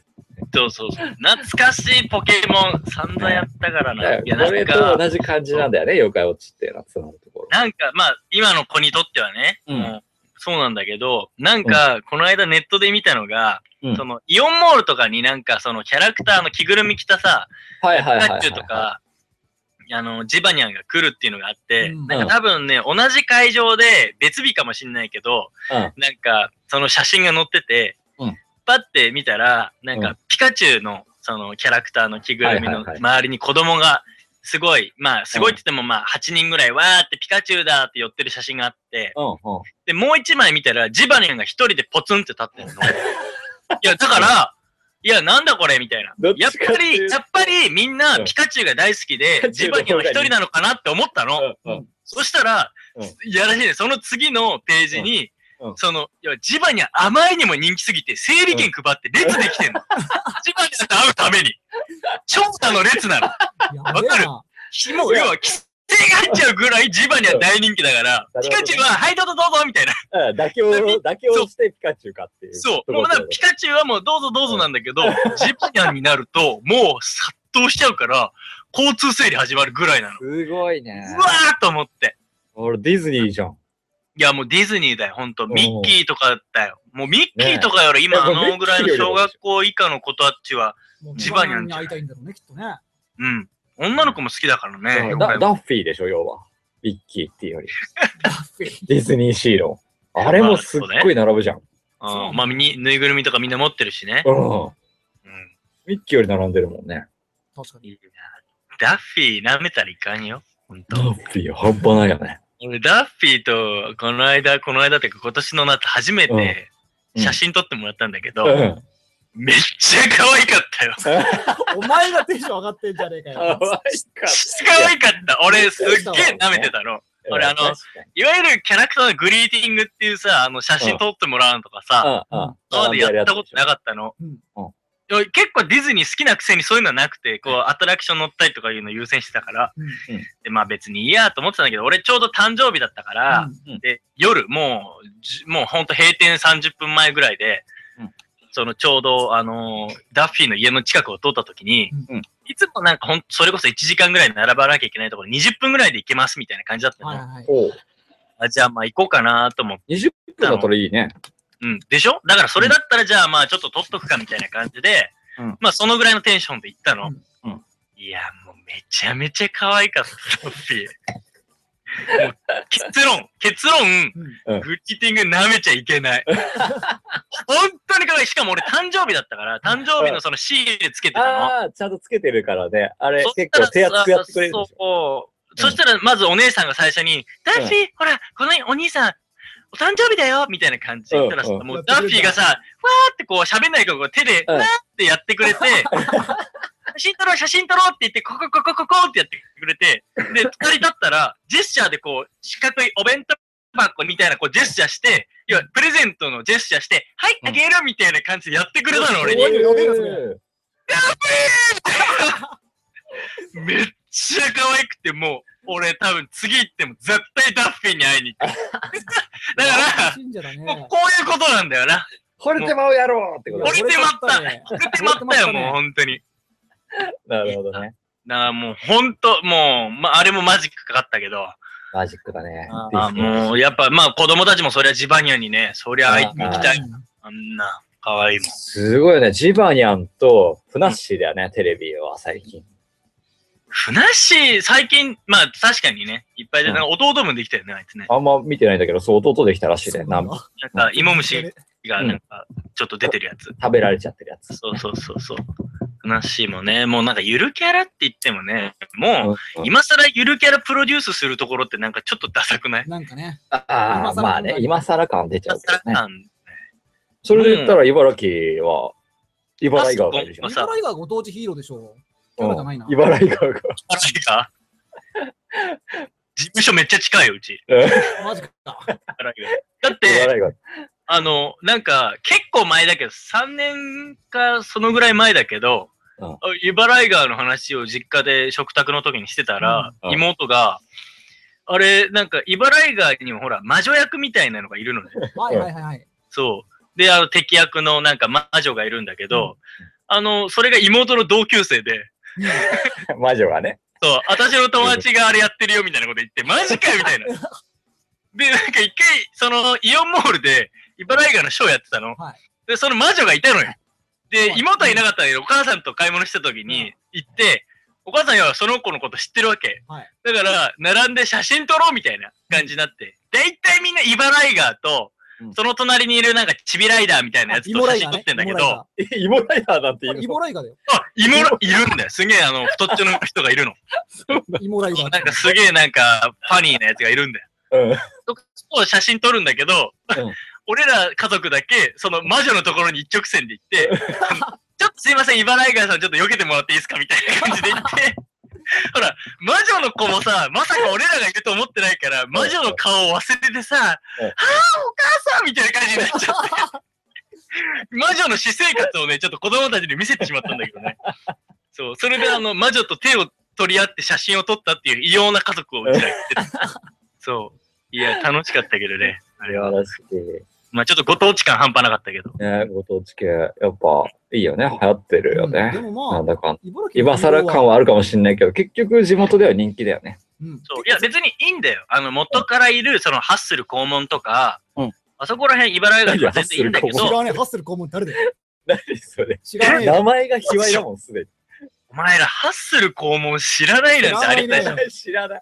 そうそうそう。懐かしいポケモン、散々やったからな。いや、な
こ
ん
れと
か、
同じ感じなんだよね、妖怪落ちっていうのは、つまるところ。
なんか、まあ、今の子にとってはね、
うん
もうそうなんだけど、なんか、この間ネットで見たのが、
うん
その、イオンモールとかになんか、その、キャラクターの着ぐるみ着たさ、
はいはいはい
タ
は
ッ
い。
チューとか、あの、ジバニャンが来るっていうのがあって、
うん
なんか多分ね、同じ会場で別日かもしんないけど、
うん
なんか、その写真が載ってて、
うん
パッて見たら、なん
う
か、ピカチュウの、その、キャラクターの着ぐるみ
はい
の
はいはい
周りに子供が、すごい、まあ、すごいって言っても、まあ、8人ぐらい、わーってピカチュウだって寄ってる写真があって、
うんうん。
で、もう一枚見たら、ジバニャンが一人でポツンって立ってるの。 いや、だから、いや、なんだこれみたいな
どっ。ち
やっ
か
ぱ
っていう
り、やっぱりみんな
うん
ピカチュウが大好き
ピカ
で、
チュ
ジ
ウの
バ
方
ニャン
が
が一人なのかなって思ったの。
うんうん
そしたら
うん、
いやらしいね、その次のページに
うんうん、
その、いやジバニャンあまりにも人気すぎて、整理券配って列できてんの。 ジバニャンと会うために。長蛇の列なの。
や
かる
べえな。
もう、要は、規制が入っちゃうぐらいジバニャン大人気だから
う、ん
ピカチュウは、はい、どうぞどうぞみたいな。
うん妥協を、妥協をしてピカチュウかっていう。
そう。
とこ
もう
ろ
なんかピカチュウはもうどうぞどうぞなんだけど、ジバニャンになると、もう殺到しちゃうから、交通整理始まるぐらいなの。
すごいね
うわーと思って。
俺ディズニーじゃん。
いや、もうディズニーだよ、ほんと。
ん
ミッキーとかだよ。もうミッキーとかより今、
ねえ
あのぐらいの小学校以下の子たちは、
もう
ジバニャン
に会いたいんだろうね、きっとね。
うん。女の子も好きだからね。
だ
妖怪
ダ
も
ッフィーでしょ、要は。ビッキーっていうより。ディズニーシーの。あれもすっごい並ぶじゃん。
うんまあ、みにぬいぐるみとかみんな持ってるしね。
うん。
うん。
ミッキーより並んでるもんね。
確かに。
いいなダッフィー舐めたらいかんよ。ほん
ダ
と。
ッフィー半端ないよね。
俺、ダッフィーと、この間、この間っていうか今年の夏初めて、
うん
写真撮ってもらったんだけど、
うん
めっちゃ可愛かったよ。
お前がテンション上がってんじゃねえか
可 愛
よ。
かっ
可愛かった。俺すっげえ舐めてたの。
た。
俺あの
確
いわゆるキャラクターのグリーティングっていうさ、あの写真撮ってもらうのとかさ、
かに、うんうん。
今までやったことなかったの。
うん
でも結構ディズニー好きなくせにそういうのはなくて、こうアトラクション乗ったりとかいうの優先してたから、
うん
でまあ別にいいやと思ってたんだけど、俺ちょうど誕生日だったから、で夜もうじ、もうほんと閉店30分前ぐらいで、
うん
そのちょうど、あのーダッフィーの家の近くを通った時に、
うん
いつもなんかほんそれこそ1時間ぐらい並ばなきゃいけないところに20分ぐらいで行けますみたいな感じだったの。
はいはい。
おう
あじゃあまあ行こうかなと思って。
20分だったらいいね。
うん。でしょだからそれだったらじゃあまあちょっと取っとくかみたいな感じで、
うん
まあそのぐらいのテンションで行ったの。
うんうん
いや、もうめちゃめちゃ可愛かった、ソフィー。もう結論、結論、
うん
グッチティング舐めちゃいけ ない。本当に可愛い。しかも俺誕生日だったから、誕生日のそのシールつけてたの。
ああ、ちゃんとつけてるからね。あれ
そし
結
たら
構手厚くやってくれるでしょ。
そうそしたら、まずお姉さんが最初に、ダッフィー、ほら、このお兄さん、お誕生日だよみたいな感じで言ったらさ、
うんうん
もうダッフィーがさ、わーってこう喋んないからこう手で、
うん
わーってやって くれて、写真撮ろう、写真撮ろうって言って、ここ、ここ、ここってやってくれて、で、二人立ったら、ジェスチャーでこう、四角いお弁当箱みたいなこうジェスチャーして、要はプレゼントのジェスチャーして、はい、
うん
あげるみたいな感じでやってくれたの、俺に
そ。ういう呼びがすごい
うん
めっちゃ可愛くて、もう、俺多分次行っても絶対ダッフィーに会いに 行く。だか
信者だ
ら、もう
ね。
こういうことなんだよ な。
惚れてまうやろうってこと
惚れてまった
ね。
送ってまったよ、もう本当に。
なるほどね。
だからもう本当、もう、まあ、あれもマジックかかったけど、
マジックだね。
あもうやっぱ、まあ子供たちもそりゃジバニアにね、そりゃ会いに行きたい。あんな、可愛いもん。
すごいね。ジバニャンとフナッシーだよね、テレビは最近。
ふなっしー、最近、まあ確かにね、いっぱいで、
うん
なんか弟分できたよね、あいつね。
あんま見てないんだけど、そう、弟できたらしいで、なん
か
なんか、芋虫がなんか、ちょっと出てるやつ。
食べられちゃってるやつ。
そうそうそうそう。なっしーもね、もうなんかゆるキャラって言ってもね、もう、
うん
今更ゆるキャラプロデュースするところってなんかちょっとダサくない
なんかね。
ああ、まあね、今更感出ちゃ
ダ
うけど
サ
ね。
感。
それで言ったら、茨城は、茨城川がいるじゃん
あ。
イバライガーご当地ヒーローでしょ。
う
そ
ん
うじゃないな
茨城川が。
マジか事務所めっちゃ近いよ、うち。
うん
マジか。
だって、
茨城川。
あの、なんか、結構前だけど、3年かそのぐらい前だけど
うん、
茨城川の話を実家で食卓の時にしてたら、
うん
妹が、あれ、なんか、茨城川にもほら、魔女役みたいなのがいるのね。
はいはいはいはい。
そう。で、あの、敵役のなんか魔女がいるんだけど、あの、それが妹の同級生で、
魔女がね。
そう、私の友達があれやってるよみたいなこと言って、マジかよみたいな。で、なんか一回、その、イオンモールで、茨城川のショーやってたの。
はい
で、その魔女がいたのよ。
は
で、
い
妹はいなかったんだけど、お母さんと買い物した時
う
に
ん
行って、お母さんはその子のこと知ってるわけ。
はい
だから、並んで写真撮ろうみたいな感じになって、だいたいみんな茨城川と
う、ん
その隣にいるなんかチビライダーみたいなやつ
イ
と
モラ
写
イガ
真
ー
撮っ
ね。
てんだけど、
えイモライダーなんて
イモライガー
言
あ
う
イ
の
モライガーだよ。
あ、イモラいるんだよ。すげえ、あの、太っちょの人がいるの。
イモライガー。
なんかすげえなんかファニーなやつがいるんだよ。
うん。
そこを写真撮るんだけど、
うん
俺ら家族だけその魔女のところに一直線で行って、 ちょっとすいません、茨城川さんちょっと避けてもらっていいですかみたいな感じで行って、 ほら、魔女の子もさ、まさか俺らがいると思ってないから、魔女の顔を忘れてさ、あ
うん
ーお母さんみたいな感じになっ ちゃって、魔女の私生活をね、ちょっと子供たちに見せてしまったんだけどね。そう、それであの、魔女と手を取り合って写真を撮ったっていう異様な家族をうちらやってた。そう。いや、楽しかったけどね。あ
あ
れ
れ
は。
はらしい。
まあちょっとご当地感半端なかったけど。
ね、ご当地系、やっぱいいよね。流行ってるよ
うん
ね。
でも
なん
まあ、
だかん。
茨城
今更感
は。
はあるかもしれないけど、結局地元では人気だよね。
うん。
そう。いや、別にいいんだよ。あの、元からいる、その、ハッスル肛門とか、
うん
あそこら辺、茨城が全然いいんだけ
いやハッスル
知
ど、
らねえ、ハッスル肛門誰だよ。
何それ。
知らねえ
名
よ。
前が卑猥だもん、すで
お前ら、ハッスル肛門知らないなんてありたい
知ら
じゃ。
なんい
に。知らない。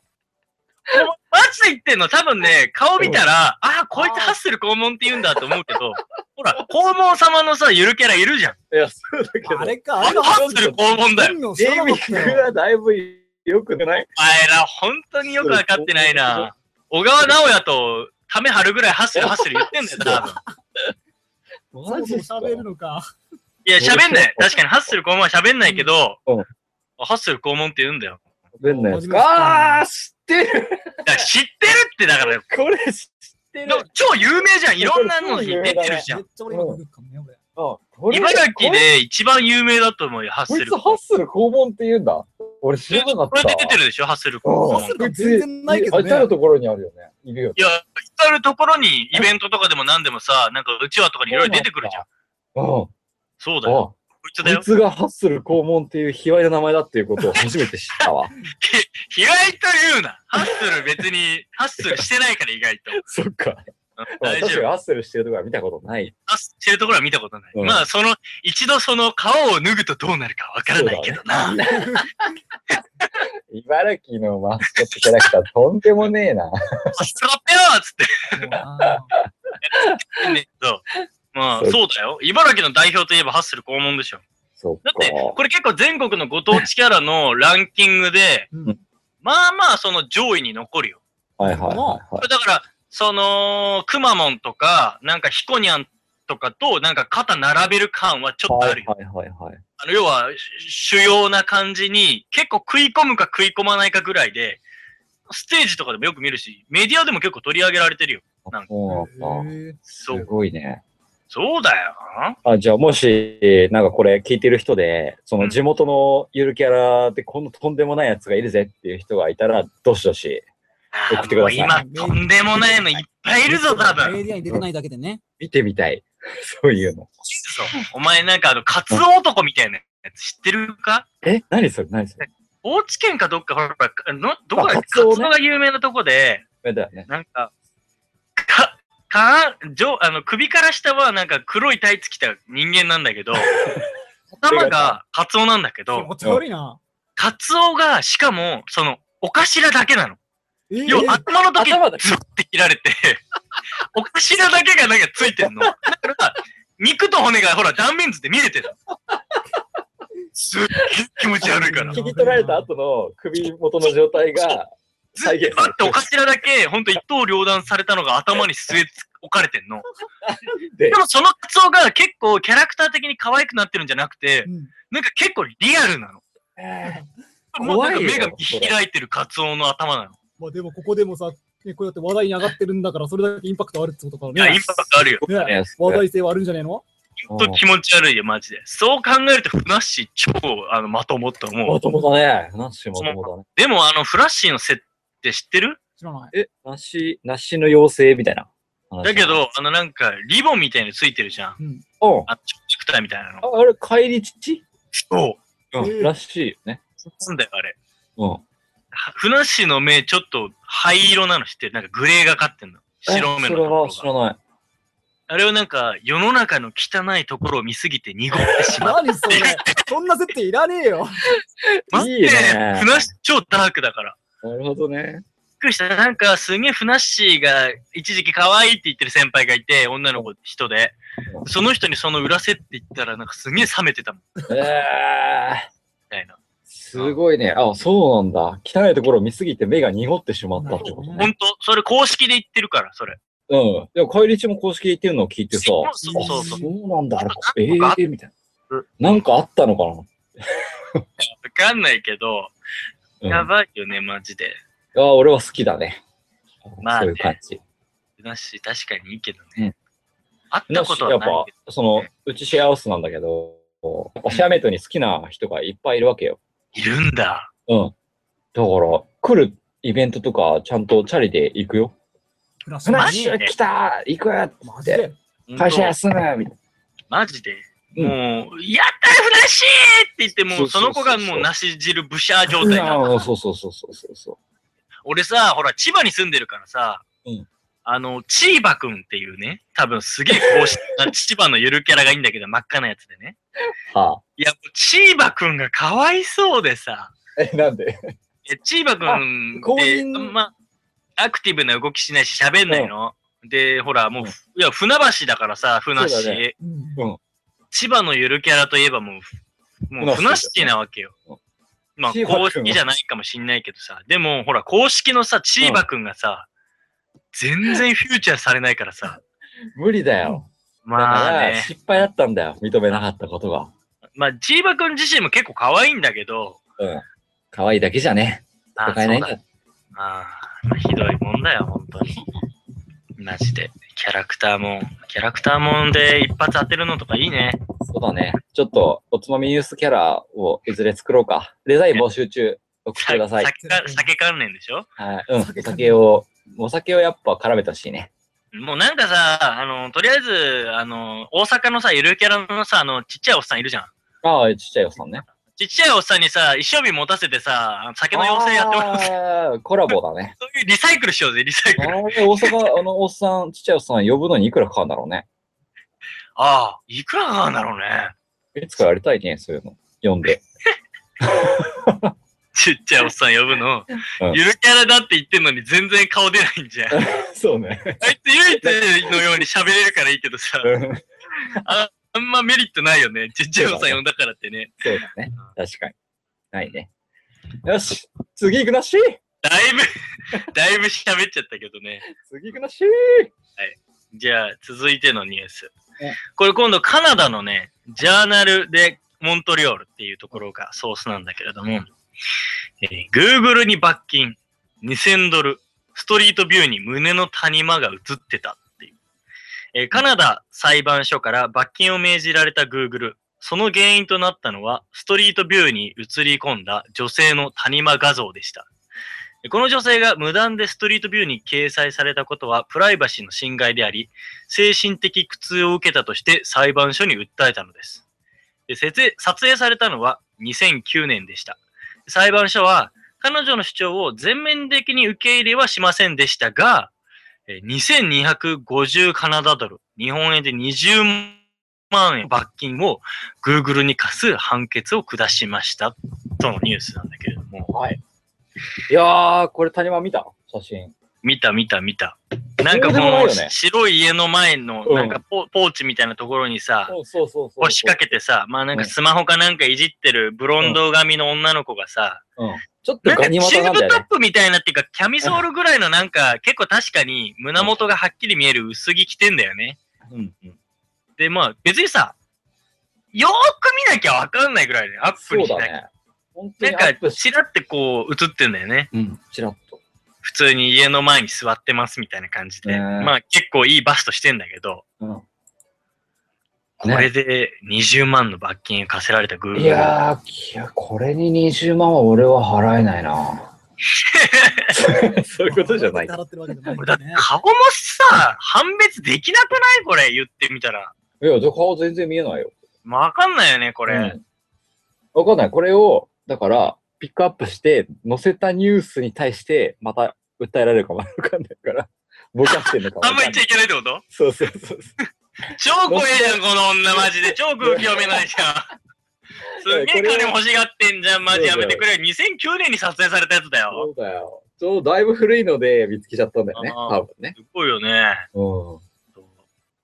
マジで言ってんの多分ね、顔見たら、ああ、こいつハッスル肛門って言うんだと思うけど、ほら、肛門様のさ、ゆるキャラいるじゃん。
いや、そうだけど。
あれか、あ
あ
れが
のハッスル肛門だよ。
本名知
ネー
ら
ミン
なかった
グ
よ。
はだいぶ良くない
お前ら、本当によくわかってないな。小川直也と、ため張るぐらいハッスルハッスル言ってんだよ、多分。
そもそも喋るのか。
いや、喋んない。確かに、ハッスル肛門は喋んないけど、
うん
ハッスル肛門って言うんだよ。
喋んないですかあー、知ってる
だから知ってるって、だから、
これ知ってる
ど超有名じゃん。いろんなのに出てるじゃ
め
ん
っ。ちゃ俺今ググるかもね、俺。
あこれ
茨城で一番有名だと思うよ、ハッ
こ
ス
い
ル
つ。ハッスル肛門って言うんだ。俺知らなかっ
これ
た。
で出てるでしょ、ハッスル肛
うん
ハ
門
ッ。スルなんて全然ないけど
あ至る
ね。
ところにあるよね。いるよね。
いや、至るところにイベントとかでも何でもさ、なんかうちわとかにいろいろ出てくるじゃん。
あ
そうだ
あ、
よ。
あ
こいつ
こ
だ
い
よ。
つがハッスル肛門っていう卑猥な名前だっていうことを初めて知った わ。
意外と言うな。ハッスル別に、ハッスルしてないから意外と。うん
そっか。
大
確か
丈
に
夫。
ハッスルしてるとこは見たことない。
ハッスルしてるところは見たことない。
うん
まあ、その、一度その皮を脱ぐとどうなるかわからないけどな。
茨城のマスコットキャラクターとんでもねえな。
ハッスルだったよっつって
もうあー
言って んねんけど。まあ
そ、う
そうだよ。茨城の代表といえばハッスル肛門でしょ。
そっ
だ
か
っ。て、これ結構全国のご当地キャラのランキングで、
うん
まあまあその上位に残るよ。
はいはいはいは
だから、その、くまモンとか、なんかヒコニャンとかと、なんか肩並べる感はちょっ
い。は
とある
い
よ。
はいはいはい。
あの要は、主要な感じに、結構食い込むか食い込まないかぐらいで、ステージとかでもよく見るし、メディアでも結構取り上げられてるよ。なんか
そうなんだ。
へー
そ
す
う、
ごいね。
そうだよ。
あ、じゃあもし、なんかこれ聞いてる人で、その地元のゆるキャラでこんなとんでもないやつがいるぜっていう人がいたら、どしどし。送ってください
あーもう今、とんでもないのいっぱいいるぞ、多分。
メディアに出てないだけでね。
見てみたい。 そういうの。
そうお前なんかあの、カツオ男みたいなやつ知ってるか
え、何それ何それ
高知県かどっか、ほら、のどこだっけ
あカ
カ
ツ
ツ
オね
オが有名なとこで、
えだよね。
なんか、か、か、上あの、首から下はなんか黒いタイツ着た人間なんだけど、頭がカツオなんだけ
気
ど
持、ち悪いな。
カツオが、しかも、その、お頭だけなの。
えー
要は頭の時に
頭だけ
ズって切られて、 お頭だけがなんかついてんの。だから、肉と骨がほら断面図で見えてるの。すっげえ気持ち悪 いから。ず
聞き取られた後の首元の状態が再現
っ
され
とお頭だけ、ほんと一刀両断されたのが頭に据え置かれてんの。
て
でもそのカツオが結構キャラクター的に可愛くなってるんじゃなくて
う、ん
なんか結構リアルなの。もう
怖
ないん
よ
か目が見開いてるカツオの頭なの。
まあでもここでもさ、ねこうやって話題に上がってるんだから、それだけインパクトあるってことか
いや、
ら
イ
ね
ン。パクトあるよ。
て
ね
ね。
話題性はあるんじゃねえの
ほんと気持ち悪いよ、マジで。そう考えると、フナッシー超あのまともって思う。
もともとね。ナッシュもともとね。
でも、あの、フラッシーの設定知ってる
知らない。
え、ナッシュ、ナッシュの妖精みたいな話。
だけど、あの、なんか、リボンみたいについてるじゃん。
うん。
うん、
あの、チクターみたいなの。
ああれ、帰り父
そう。
うん。
えー
らしいよね。
なんだよ、あれ。
うん。
はフナッシーの目、ちょっと灰色なの知ってるなんかグレーがかってんの。白目
えそ
の
れ
とこ
は
ろ
知
が。
らない。
あれをなんか、世の中の汚いところを見すぎて濁ってしまう。
何それそんな設定いらねえよ。
マ ジ
いい
で、
ね
フナッシー超ダークだから。
なるほどね。
びっくりした。なんか、すげえフナッシーが一時期可愛いって言ってる先輩がいて、女の子、人で。その人にその裏せって言ったら、なんかすげえ冷めてたもん、
えー、
みたいな。
すごいね。あ、そうなんだ。汚いところを見すぎて目が濁ってしまったってこと
な
ほ
ね。
んと、それ公式で言ってるから、それ。
うん。でも、帰り父も公式で言ってるのを聞いてさ、
そう
あ
そうそうそう
そうなんだ、あれ、え
なんか
えー、みたいな
う。
なんかあったのか
わかんないけど、
な。
や
うん、あ
ばいよね、マジで。
ー俺は好きだね。
まあ
そ
ね
ういう感じ。
フナッシー、確かにいいけど
う
ね。会ったこと
や
は
っ
ない
ぱ
けど。、
その、うちシェアハウスなんだけど、やっぱシェアメイトに好きな人がいっぱいいるわけよ。
いるんだ。
うん。だから、来るイベントとか、ちゃんとチャリで行くよ。
フラッシ
フ
ュ
ラ
マ
ッ
ジ
シュ来た行く
マジで。
会社
ほんと
休むみたい
マジで。
うん
もう、やったーフナッシーって言って、もう
そ
そう
そう
の
そうそう
子がもうなし汁ブシャー状態に
な。
なる
うんそうそうそうそうそうそう。
俺さ、ほら、千葉に住んでるからさ、
うん
あの、チーバくんっていうね、多分すげえ公式な千葉のゆるキャラがいいんだけど、真っ赤なやつでね。
はい
や、チーバくんがかわいそうでさ、
あ。え、なんで
いやチーバくん
あ公
って、あ
認
んまアクティブな動きしないし、喋んないの。で、ほら、もう、
うん
いや、船橋だからさ、船橋、
そうだね
うん
千葉のゆるキャラといえばもう、もう
船橋だよ
船
ね
橋なわけよ
うん。
まあ、
チーバくんは
公式じゃないかもしんないけどさ、でも、ほら、公式のさ、チーバくんがさ、全然フューチャーされないからさ、
無理だよ。だか
まあ
ら
ね。
失敗だったんだよ。認めなかったことが。
まあ、ジーバ君自身も結構可愛いんだけど、
うん。可愛いだけじゃね。
あ
使えないんだ。
そうだああまあ、ひどいもんだよ、本当に。マジで。キャラクターもん、キャラクターもんで一発当てるのとかいいね。
そうだね。ちょっと、おつまみニュースキャラをいずれ作ろうか。デザイン募集中。送ってください。
酒か酒関連でしょ
はい。うん。お酒を、お酒をやっぱ絡めてほしいね。
もうなんかさ、あの、とりあえず、あの、大阪のさ、ゆるキャラのさ、あの、ちっちゃいおっさんいるじゃん。
ああ、ちっちゃいおっさんね。
ちっちゃいおっさんにさ、一生日持たせてさ、あの酒の妖精やってもらう。
あーコラボだね。
そういうリサイクルしようぜ、リサイ
あ
クル。
れ、大阪、あの、おっさん、ちっちゃいおっさん呼ぶのにいくらかかるんだろうね。
ああ、いくらなんだろうね。
いつかやりたいね、そういうの。呼んで。
ちっちゃいおっさん呼ぶ
う
の
ん。
ゆるキャラだって言ってんのに全然顔出ないんじゃん。
そうね。
あいつ唯一のように喋れるからいいけどさ、ああんまメリットないよね。ちっちゃいおっさん呼んだからってね。
そうだね。確かに。ないね。よし次行くなっしー
だ いぶ、だいぶ喋っちゃったけどね。
次行くなっしー
じゃあ、続いてのニュース
え。
これ今度カナダのね、ジャーナルでモントリオールっていうところがソースなんだけれども、えー Google に罰金2000ドル、ストリートビューに胸の谷間が映ってたっていう。えーカナダ裁判所から罰金を命じられた Google。その原因となったのは、ストリートビューに映り込んだ女性の谷間画像でした。この女性が無断でストリートビューに掲載されたことはプライバシーの侵害であり、精神的苦痛を受けたとして裁判所に訴えたのです。で撮影撮影されたのは2009年でした。裁判所は彼女の主張を全面的に受け入れはしませんでしたが、えー2250カナダドル、日本円で20万円罰金を Google に課す判決を下しましたとのニュースなんだけれども。
はい。いやー、これ谷間見た写真。
見た見た見た。なんか
ど
こ
うでもない
の
よね
白い家の前の
うん
なんかポ,、ポーチみたいなところにさ、
そうそうそうそう。
押しかけてさ、まあなんかスマホかなんかいじってるブロンド髪の女の子がさ、
うん。ちょっと
なんか
ガ
チ
ニ
ュ
股な
ー
んだ
ブト
よ
ッ
ね。
プみたいなっていうか、キャミソールぐらいのなんか結構確かに胸元がはっきり見える薄着着てんだよね。
うんうん。
で、まあ別にさ、よーく見なきゃわかんないぐらいで、アップ
そ
に
う
し
だ
なきゃ。
ね。本当
な
にア
んか
ップし、
ちらってこう映ってんだよね。
うん、ちらっと。
普通に家の前に座ってますみたいな感じで、
ねえ
まあ結構いいバストしてんだけど、
うん。
これで20万の罰金課せられた Google。
いやー、いやこれに20万は俺は払えないな。 そういうことじゃない。
払ってるわけじゃない
こ
か
れだ
ら
って
ね。
顔もさ、判別できなくないこれ言ってみたら。
いや、顔全然見えないよ。
まあわかんないよね、こ
こ
れ。
わかんない。これを、だから、ピックアップして、載せたニュースに対して、また訴えられるかもわかんないから、ぼかしてんのかも
あん
わ
ま
か
言
んな
っちゃ
い。
いけないってこと
そうそうそう。
超怖えじゃん、この女マジで。超空気読めないじゃん。すっげえ金欲しがってんじゃん、マジやめてくれよ。2009年に撮影されたやつだ
そ
よ。
うだよ。ちょうどだいぶ古いので見つけちゃったんだよね。
あ
多
ー
分ね。
すごいよね。
うん。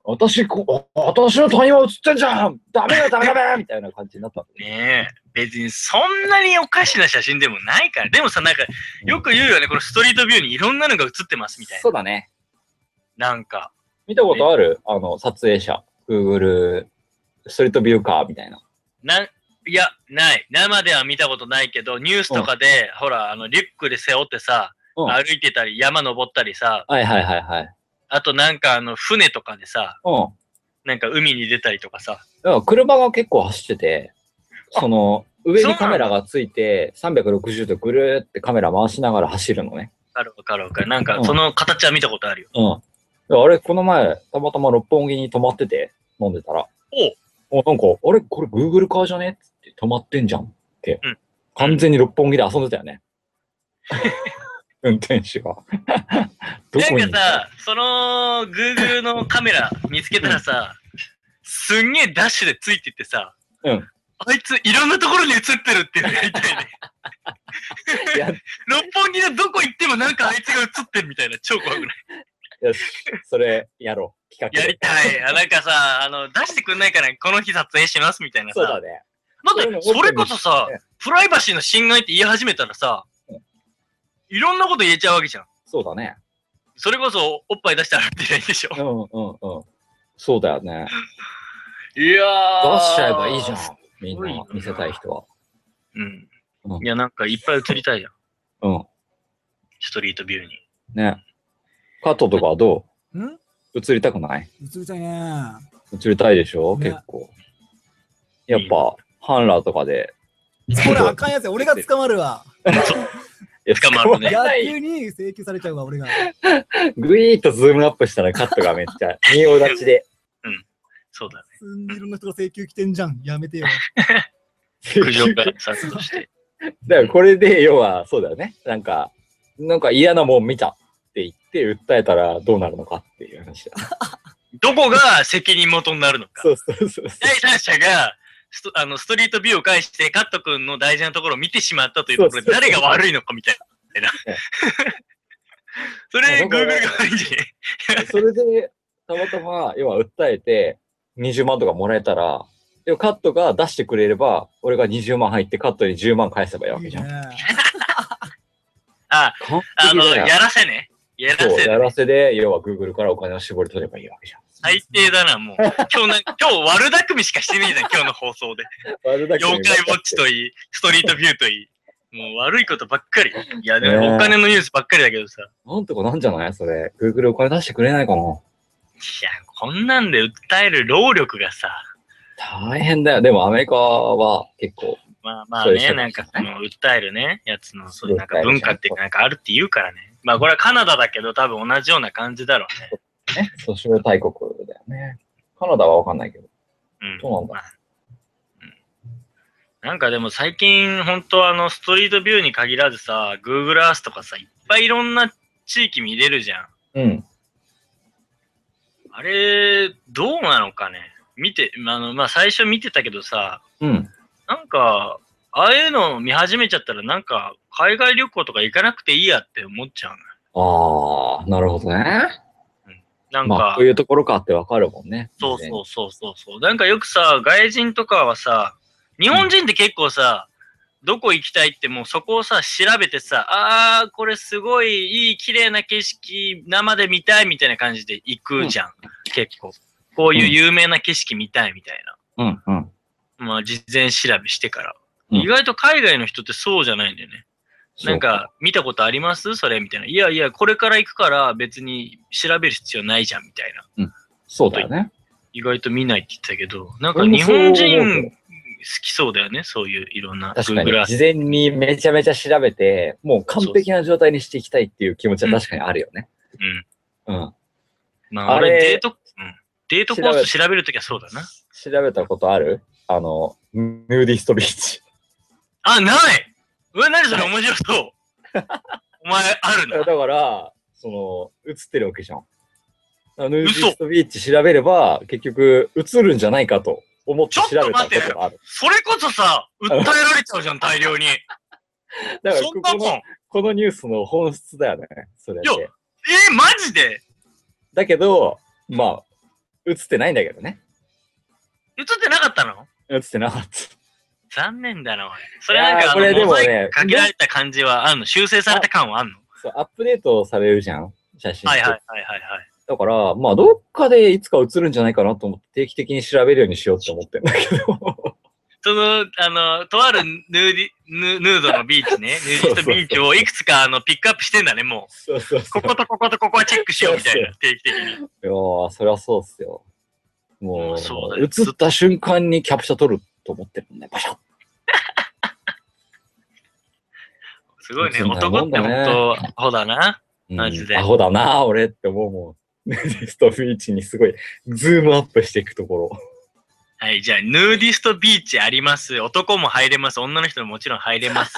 私こ、あ私の谷間映ってんじゃんダメだダメダメみたいな感じになったんだよね。
ねえ、別にそんなにおかしな写真でもないから。でもさ、なんか、よく言うよね、このストリートビューにいろんなのが映ってますみたい
そうだね。
な。なんか、
見たことあるあの、撮影者。Google、ストリートビューカーみたいな。
なん、いや、ない。生では見たことないけど、ニュースとかで、ほら、あの、リュックで背負ってさ、
うん
歩いてたり、山登ったりさ、
はいはいはいはい。
あとなんか、あの、船とかでさ、
う
なんか海に出たりとかさ。
ん。だから車が結構走ってて、
あ
その、上
そ
に
うなんだ
カメラがついて、360度ぐるーってカメラ回しながら走るのね。
わかるわかるわかる。なん
う
か、
ん
その形は見たことあるよ。
うん。だからあれ、この前、たまたま六本木に泊まってて、飲んでたら。おなんか、あれ、これ Google カーじゃねって泊まってんじゃんって。
うん
完全に六本木で遊んでたよ ね。運転手 が。どこに
なんかさ、その Google のカメラ見つけたらさ、すんげえダッシュでついてってさ、
うん
あいついろんなところに映ってるっていうのが言いたいね
いや
六本木のどこ行ってもなんかあいつが映ってるみたいな、超怖くない。
よし、それやろう。企画
や
で
り。たい。あなんかさ、あの、出してくんないからこの日撮影しますみたいなさ。
そうだね。
だって、それこそさ
そういうのオープンにし、
プライバシーの侵害って言い始めたらさ
う、
いろんなこと言えちゃうわけじゃん。
そうだね。
それこそおっぱい出して洗ってないでしょ
う。んうんうん。そうだよね。
いやー。
出しちゃえばいいじゃん。みんな見せたい人は。
うん。
うん
いや、なんかいっぱい映りたいじゃん。
うん。
ストリートビュ ーに。
ね。カットとかはど
うん
う映りたくない
映りたいね。
映りたいでしょ
ね
結構。やっぱ、ハンラーとかで。
こ れあかんやつや俺が捕まるわ。
いや
捕まるね
捕まらない
野球に請求されちゃうわ、俺が。
グイーッとズームアップしたらカットがめっち ゃ、見よう立ちで。
そうだね。
すんでいろんな人が請求来てんじゃん。やめてよ。
苦情から殺到して。
だからこれで、要は、そうだよね。なんか、なんか嫌なもん見たって言って訴えたらどうなるのかっていう話だ。
どこが責任元になるのか。
そうそうそうそう。
第三者がストあのストリートビューを介してカット君の大事なところを見てしまったというところで
そうそう
誰が悪いのかみたいな
ええ。
それ、
だから
Google が悪いんじゃない
それで、たまたま、要は訴えて、20万とかもらえたら、でもカットが出してくれれば、俺が20万入ってカットに10万返せばいいわ
い
け
い
じゃん。
ね。
あ、
完
あ
璧
の、
だよ
やらせね。やら
そう
せ
やらせで、要は Google からお金を絞り取ればいいわけじゃん。
最低だな、もう。今日な、 今日悪巧みしかしてねえじゃん、今日の放送で。
妖
妖怪ウォッチといい、ストリートビューといい。もう悪いことばっかり。いや、で
ねえ
もお金のニュースばっかりだけどさ。
なんとかなんじゃないそれ。Google お金出してくれないかない
や、こんなんで訴える労力がさ、
大変だよ。でもアメリカは結構、
まあまあ
そういう人
ね、
たち
なんかその訴えるね、やつの、そういうなんか
訴える
文化っていうか、なんかあるって言うからね。まあこれはカナダだけど、多分同じような感じだろうね。
ね、訴訟大国だよね。カナダはわかんないけど。
うん。
そうなんだ
まあうんなんかでも最近、本当あの、ストリートビューに限らずさ、Google Earth とかさ、いっぱいいろんな地域見れるじゃん。
うん。
あれ、どうなのかね。見て、まああの、まあ最初見てたけどさ、
うん。
なんか、ああいうのを見始めちゃったら、なんか、海外旅行とか行かなくていいやって思っちゃうの
あー、なるほどね。
なんか、
まあ、こういうところかってわかるもんね。
そうそうそうそうそう。なんかよくさ、外人とかはさ、日本人って結構さ、どこ行きたいってもうそこをさ、調べてさ、あー、これすごいいい綺麗な景色、生で見たいみたいな感じで行くじゃん。結構。こういう有名な景色見たいみたい
うんうん。
な。まあ、事前調べしてから。
うん
意外と海外の人ってそうじゃないんだよね。なんか、見たことありますそれみたいな。いやいや、これから行くから別に調べる必要ないじゃんみたいな。
そう、そうだよね。
意外と見ないって言ってたけど、なんか
俺も
日
そう思
本
うけど
人好きそうだよね、そういういろんな
確かに
Google、
事前にめちゃめちゃ調べて、もう完璧な状態にしていきたいっていう気持ちは確かにあるよね。
うん。
うん。
ま
あ
あ、
れ
俺デート、うん、デートコース調べるときはそうだな。
調べたことあるあの、ヌーディストビーチ。
あ、ないうわ、何それ面白 そう。お前、ある
だ
の
から、その、映ってるわけじゃん。あのヌーディストビーチ調べれば、結局、映るんじゃないかと思って調べたことがある。
それこそさ、訴えられちゃうじゃん、大量に。
だから
そ
こ
ん
こ
なもん。
の、
え
このニュースの本質だよね。それっ
い
て
や。ー、マジで
だけど、まあ、映ってないんだけどね。
映ってなかったの
映ってなかった。
残念だな、俺。それなん
いやー
か、あ
これで
の、
も
モ
ね
ザイクかけられた感じはあんの修正された感はあんの
そう、アップデートされるじゃん写真
はいはいはいはいはい。
だから、まあ、どっかでいつか映るんじゃないかなと思って定期的に調べるようにしようって思ってるんだけ ど。
その、あの、とあるヌーディヌヌードのビー チね、ヌーディストビーチをいくつかあのピックアップしてんだね、も。
そうそうそう
こことこことここはチェックしようみたい
そ
な、定期的に。
いやー、そりゃそうっすよ。もう、
そうだ
映
よ
った瞬間にキャプチャ撮ると思ってるんだよ。バシャッ
すごいね、
そんな
男
も
っ
ん
て
だね
本当、アホだな。マジ
う
で
ん、アホだな、俺って思うもん。 ネストビーチにすごいズームアップしていくとこ ろ。
はい、じゃあ、ヌーディストビーチあります。男も入れます。女の人ももちろん入れ ます。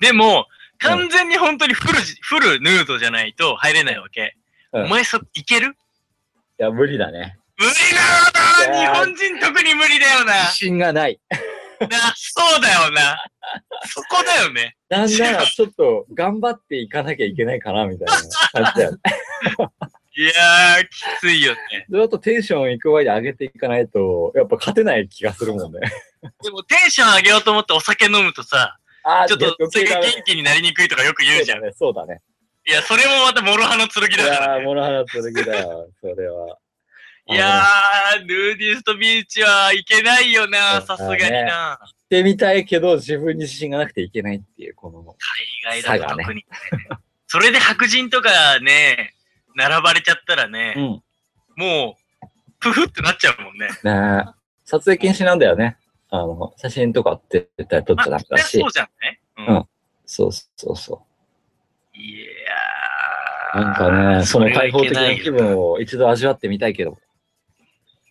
でも、完全に本当にフルじ、フルヌードじゃないと入れないわけ。
うん
お前そ、いける
いや、無理だね。
無理だ
い
よ
やー
な日本人特に無理だよな
自信がない。
な、そうだよな。そこだよね。
なんなら、ちょっと頑張っていかなきゃいけないかな、みたいな感 じだよね。
いやー、きついよね。
ずっとテンションいく前で上げていかないと、やっぱ勝てない気がするもんね。
でもテンション上げようと思ってお酒飲むとさ、
あー
ちょっとそれが元気になりにくいとかよく言うじゃん。い
ね。そうだね。
や、それもまた諸刃の剣
い
だから
やー、
ね。
モノハラ剣だよ、それは。
いやー、ヌーディストビーチはいけないよな、
そう
さ
だね
すがにな。
行ってみたいけど、自分に自信がなくていけないっていう、この。
海外だ
佐賀
と
ね
特に、それで白人とかね、並ばれちゃったらね、
ん。
もう、プフってなっちゃうもんね。
ねえ撮影禁止なんだよね。あの、写真とかって絶対撮っ
ま
ちゃダ
あ、
メ
そ
だ
りゃ
し
そう。じゃんね。うん
うんそうそうそ。
いうやー。
なんかね、その
れは
開
い
放
け
的
な
ない
よ
気分を一度味わってみたいけど。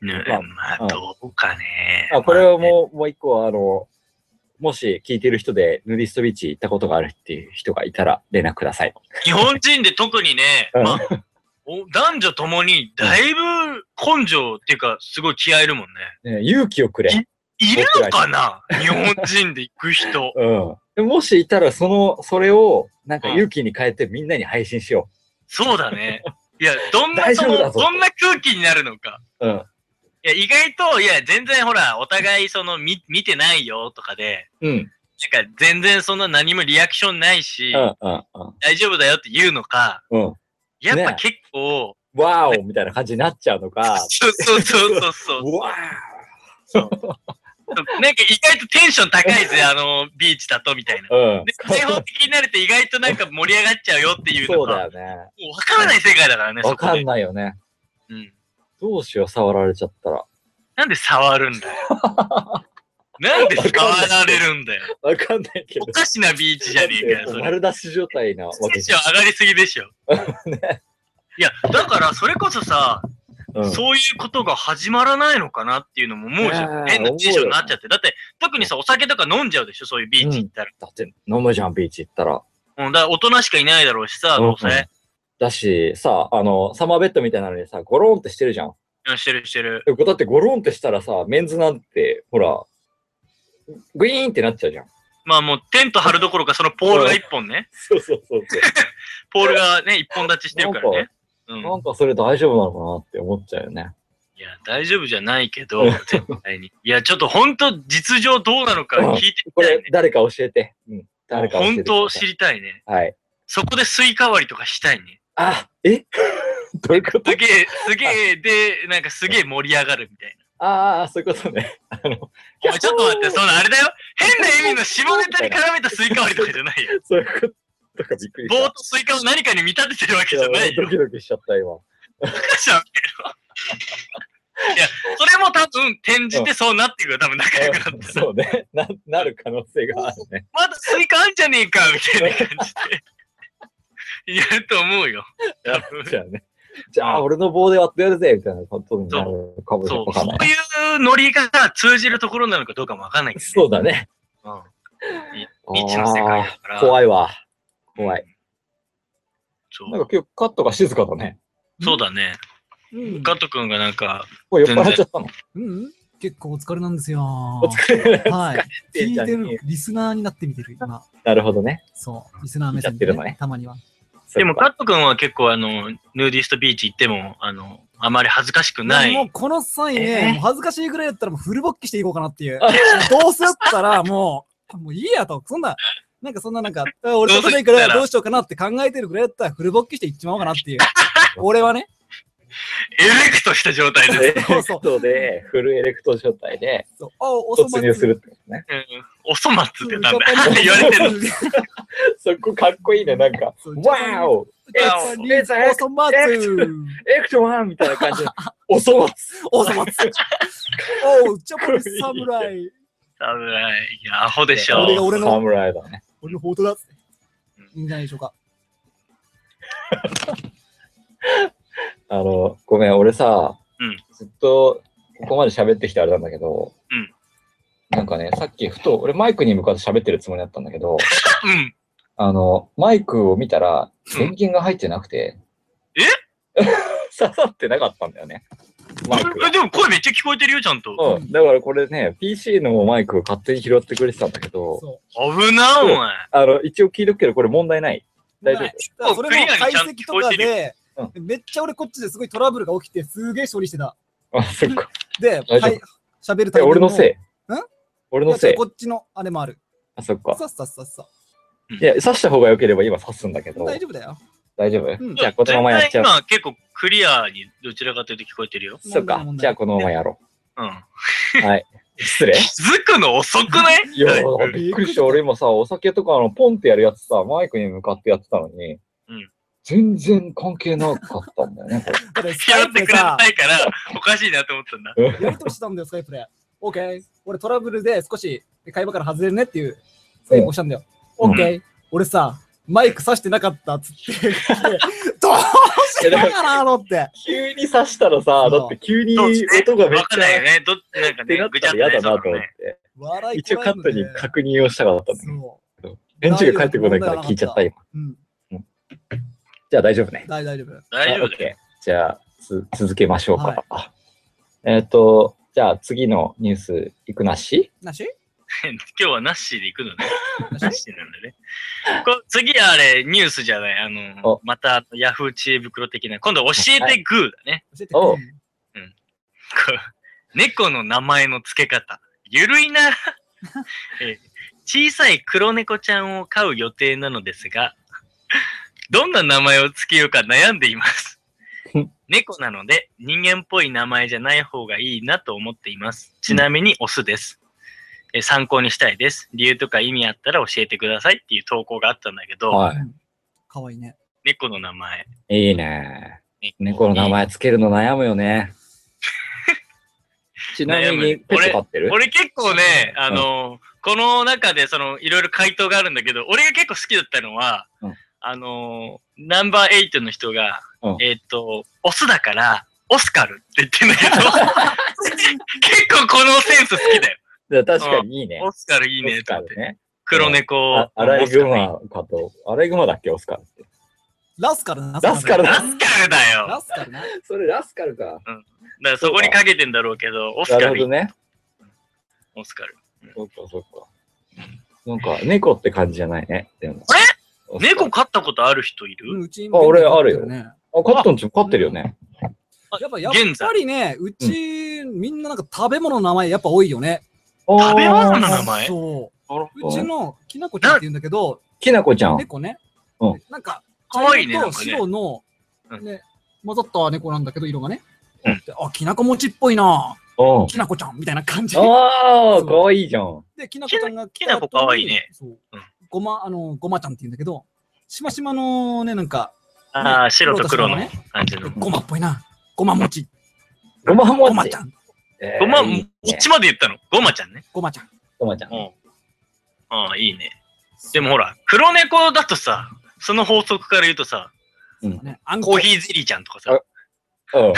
ね
まあ
ま
うん
あ、どうかね。
あ、これは
まあね
もう、もう一個、あの、もし聞いてる人でヌーディストビーチ行ったことがあるっていう人がいたら連絡ください。
日本人で特にね、
うん
まあ、お男女ともに、だいぶ根性っていうか、すごい気合いるもんね。
ね、勇気をくれ。。
いるのかな日本人で行く人
うんで。もしいたら、その、それを、なんか勇気に変えてみんなに配信しよ
そうだね。いや、どんな、
大丈
そ
夫だ
の、
ぞ
どんな空気になるのか。
う。うん。
いや、意外と、いや、全然ほら、お互いその、見、見てないよとかで、
うん。
なんか全然そんな何もリアクションないし、
うん。うん。
大丈夫だよって言うのか、
うん。
やっぱ
ね
結構、
わーおみたいな感じになっちゃうのか。
そうそうそうそうそう。
うわ
なんか意外とテンション高 いぜ、あの、ビーチだとみたいな。
ーうん
で。、開放的になると意外となんか盛り上がっちゃうよっていうの
そう
が、
だよね。
もうわからない世界だからね、
わ
そこ
か
で
ん。ないよね。
うん
どうしよう、触られちゃったら。
なんで触る んだよ。なんで触られるんだよ。
わかんないけど
お。かしなビーチじゃねえかよ、それ。
丸出し状態なわ
テ
けじ
ンショ
ゃん。
ン上がりすぎでし ょ。いや、だからそれこそさ、
うん
そういうことが始まらないのかなっていうのも思うじゃん。
ねえ
変なテンションになっちゃって。だって、特にさ、お酒とか飲んじゃうでしょ、そういうビーチ行ったら。
だって飲むじゃん、ビーチ行ったら。
うん、だから大人しかいないだろうしさ、どうせ。
うんだし、さ、あの、サマーベッドみたいなのにさ、ゴロンってしてるじゃん。
うんしてるしてる。
でだってゴロンってしたらさ、メンズなんて、ほら、グイーンってなっちゃうじゃん。
まあもうテント張るどころか、そのポールが一本ね。
そうそうそうそう。
ポールがね、一本立ちしてるからね。うん。
なんかそれ大丈夫なのかなって思っちゃうよね。
いや、大丈夫じゃないけど、絶対に。いや、ちょっと本当実情どうなのか聞いてみ
こ
たい
れ
ね、。
誰か教えて。うん。誰か教えて
本
ください。
当知りたいね。
はい。
そこでスイカ割りとかしたいね。
あ、え どういうこと
すげえ、すげえ、で、なんかすげえ盛り上がるみたい
ああ、そういうことね。 あの、
な。おいちょっと待って、そのあれだよ。変な意味の下ネタに絡めたスイカ割りとかじゃないよ。
そういうことかびっくりし
棒
た。
とスイカを何かに見立ててるわけじゃない
いやド
よ。
キドキしちゃった、今。
しゃべ るいや、それも多分転じてそうなっていくよ、多分仲良くなったら。
そうね。な、なる可能性があるね。
まだスイカあんじゃねえか、みたいな感じで。いやると思うよ。多分
じゃあね。じゃあ、俺の棒で割ってやるぜみたいなことになるかもしれ
そう、
わかん
そ
な
う
い。
いうノリが通じるところなのかどうかもわかんないけど、ね。
そうだね。
うん未知の世界だか
あ
ら。
ー怖いわ。怖い。
そ
なん
う
か今日カットが静かだね。
そうだね。
うん
ガト君がなんか、
もう酔っ払っちゃったの。
うん結構お疲れなんですよ。
お疲れ。
はい。聞
れ
い
じゃん
てる、リスナーになってみてる、今。
なるほどね。
そう、リスナー目
聞い
線
ちゃって
で、
るのね
ね、たまには。
でも
そ
ガ
っか
ト君は結構あの、ヌーディストビーチ行っても、あの、あまり恥ずかしくな
もう
い。
この際
え
ね、
ー
もう恥ずかしいぐらいだったらもうフル勃起していこうかなって いう
あ。
どうせだったらもう、もういいやと、そんな、なんかそんななんか、あ俺
ど
と
うせ
か
言
ない
った
から らどうしようかなって考えてるぐらいだったらフル勃起していっちまおうかなっていう。俺はね、
エレクトした状態で
エレ
そうそ
ク
う
トで、フルエレクト状態で
そうあ、お
突
そ松
入するってことね。
うんおそ松ってなんだ
ジャパニーズ
言われてる。
そこかっこいいね、なん か。
そう
わーお
ジャパニーズおそ松
エクトワンみたいな感じ で。おそば
おそ松おう、ジャパニーズ侍
侍、いや、アホでし
俺が
ょ。
俺の
侍だね。
俺の法とだっつって。いいんじゃないでしょうか。
あの、ごめん、俺さ、
うん
ずっとここまで喋ってきてあれなんだけど、
うん
なんかね、さっきふと、俺マイクに向かって喋ってるつもりだったんだけど、
うん。
あの、マイクを見たら、
うん
電源が入ってなくて、
え
刺さってなかったんだよ ね。マイクが
えでも声めっちゃ聞こえてるよ、ちゃんと。
うん、だからこれね、PC のマイクを勝手に拾ってくれてたんだけど、
そ
危な、お前。
あの、一応聞いとくけど、これ問題ない。
う。
大丈夫
まあそれも解析とかで
うん、
めっちゃ俺こっちですごいトラブルが起きて、すげえ処理してた。
あ、そっか。
で、
大丈夫
はい、喋る
え
タイミング
俺
も
のせい。
ん
俺のせい
こ。っちのあれもある。
あ、そっか。
さっさっさっさ。
いや、刺した方が良ければ今刺すんだけど、
大丈夫だよ。
大丈夫、
ん
じゃあ、このままやっちゃう。
今結構クリアにどちらかというと聞こえてるよ。
そうか
問題。問題
じゃあ、このままやろ
うん。
う。はい。 失礼。
気づくの遅くない
いやー、びっくりした。俺今さ、お酒とかあの、ポンってやるやつさ、マイクに向かってやってたのに、
うん
全然関係なかったんだよね、これ。
だってス
付き
カ
合
イ
っ
プ
て
でさ
くれな、いから、おかしいなと思ったんだ。
やりとりしてたんだよ、スカイプで。オッケー。俺トラブルで少し会話から外れるねっていう成功したんだよ。
うん
オッケー。俺さ、マイク刺してなかったっつっ て、来てどうしようかなと思って。
急に刺したらさ、
そ
だ
う
って急に
そうですね
音がめっ
わかん
ちゃ、
ないよね。どっなんか
って
ね
なっ、
ぐちゃ
た
っと
ら
ね
嫌だなと思っ
ね。
て。
笑い
一応カットに
っ
確認をしたかったんだけど、
そ
返事が返ってこないから聞いちゃった今。
う。うん。
じゃあ大丈夫ね。
大大丈夫。
大丈夫
はい
だよ。
OK じゃあつ続けましょうか。
はい
あえっ、と、じゃあ次のニュースいくなし
なし
今日はナッシーで行くのね。ナ
な
ッ
し
シーなんだね。こ次あれ、ニュースじゃない。あの
お、
またヤフー知恵袋的な。今度教えてグーだね。
教えて
おう
こう 猫の名前の付け方。ゆるいな。 え小さい黒猫ちゃんを飼う予定なのですが、どんな名前を付けようか悩んで います。猫なので人間っぽい名前じゃない方がいいなと思っています。ちなみにオスです。え参考にしたいです。理由とか意味あったら教えてくださいっていう投稿があったんだけど、
は
かわいいね。
猫の名前。
い。いいね。猫の名前つけるの悩むよ ね。ちなみに、ペット飼 ってる
俺結構ね、あの、この中でそのいろいろ回答があるんだけど、俺が結構好きだったのは、
うん
あの、ナンバーエイトの人が、
うん
えっ、と、オスだから、オスカルって言ってんだけど、 結構このセンス好きだよ。
じゃあ確かにいいね。
オスカルい
オ
いね
ス
と
カ
思って
ル。ね。
黒猫。
あアライグ
オ
マかと。アライグマだっけ、オスカルって。
ラスカルな。
ラスカル
ス
だ
カル。ラスカルだよ。だ
ラスカルな。
それラスカルか。
からそこにかけてんだろうけど、オス
な
カ
るほ
ルいい
ど、ね。
オスカル。
そっかそっか。なんか、猫って感じじゃないね。でも
あれ
オスカル
猫飼ったことある人いる、
うんうち
あ俺あるよ
ね
あ、カットンちゃん飼ってるよね。
やっぱ、やっ
現在
ぱりね、うち、みんななんか食べ物の名前やっぱ多いよね。
食べ物の名
あ
前
そ
ー
う。うちのきなこちゃんって言うんだけど、
きなこちゃん。
猫ね
うん。
なんか、
かわいいね
茶
な
色
ん
と
かね
白の
う、ん
ね、混ざった猫なんだけど、色がね。
うん
であ、きなこ餅っぽいな。
うん。
きなこちゃんみたいな感じ。
あ
そ
あ、
う
かわいいじゃん。
で、きなこちゃんが来
き
た
なこ
後に
かわいいね。
そう
うん。
ごま、あの、ごまちゃんって言うんだけど、しましまのね、なんか、
ああ、白と黒の
ね
感じの。
ごまっぽいな。ごま餅。
ごまも
ごまちゃん。
えー
ごま、
いい
こ
ね
っちまで言ったのごまちゃんね。
ごまちゃん。
ごまちゃん
う。ん。ああ、いいね。でもほら、黒猫だとさ、その法則から言うとさ、
うん。
ね、あんこ
コーヒーゼリーちゃんとかさ
あ、うん。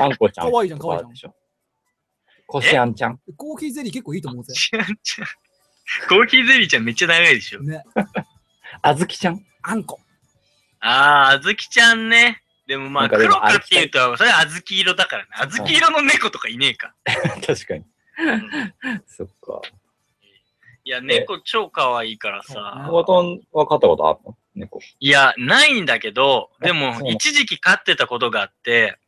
ああんこちゃん。
かわいいじゃんかわいいじゃん
でしょ。こしあんちゃん。
コーヒーゼリー結構いいと思うぜ。
ちゃんちゃん コーヒーゼリーちゃんめっちゃ長いでしょ。
ね、
あずきちゃん。
あんこ。
ああ、あずきちゃんね。でもま
な
あ、
んかで
黒
も
かっていうと、それはあずき色だからね。あずき色の猫とかいねえか。
確かに。
うん
そっか。
いや、猫超可愛いからさ
あ。
ボトンは飼ったことあるの猫。
いや、ないんだけど、で
そう
も
な、の
一時期飼ってたことがあって、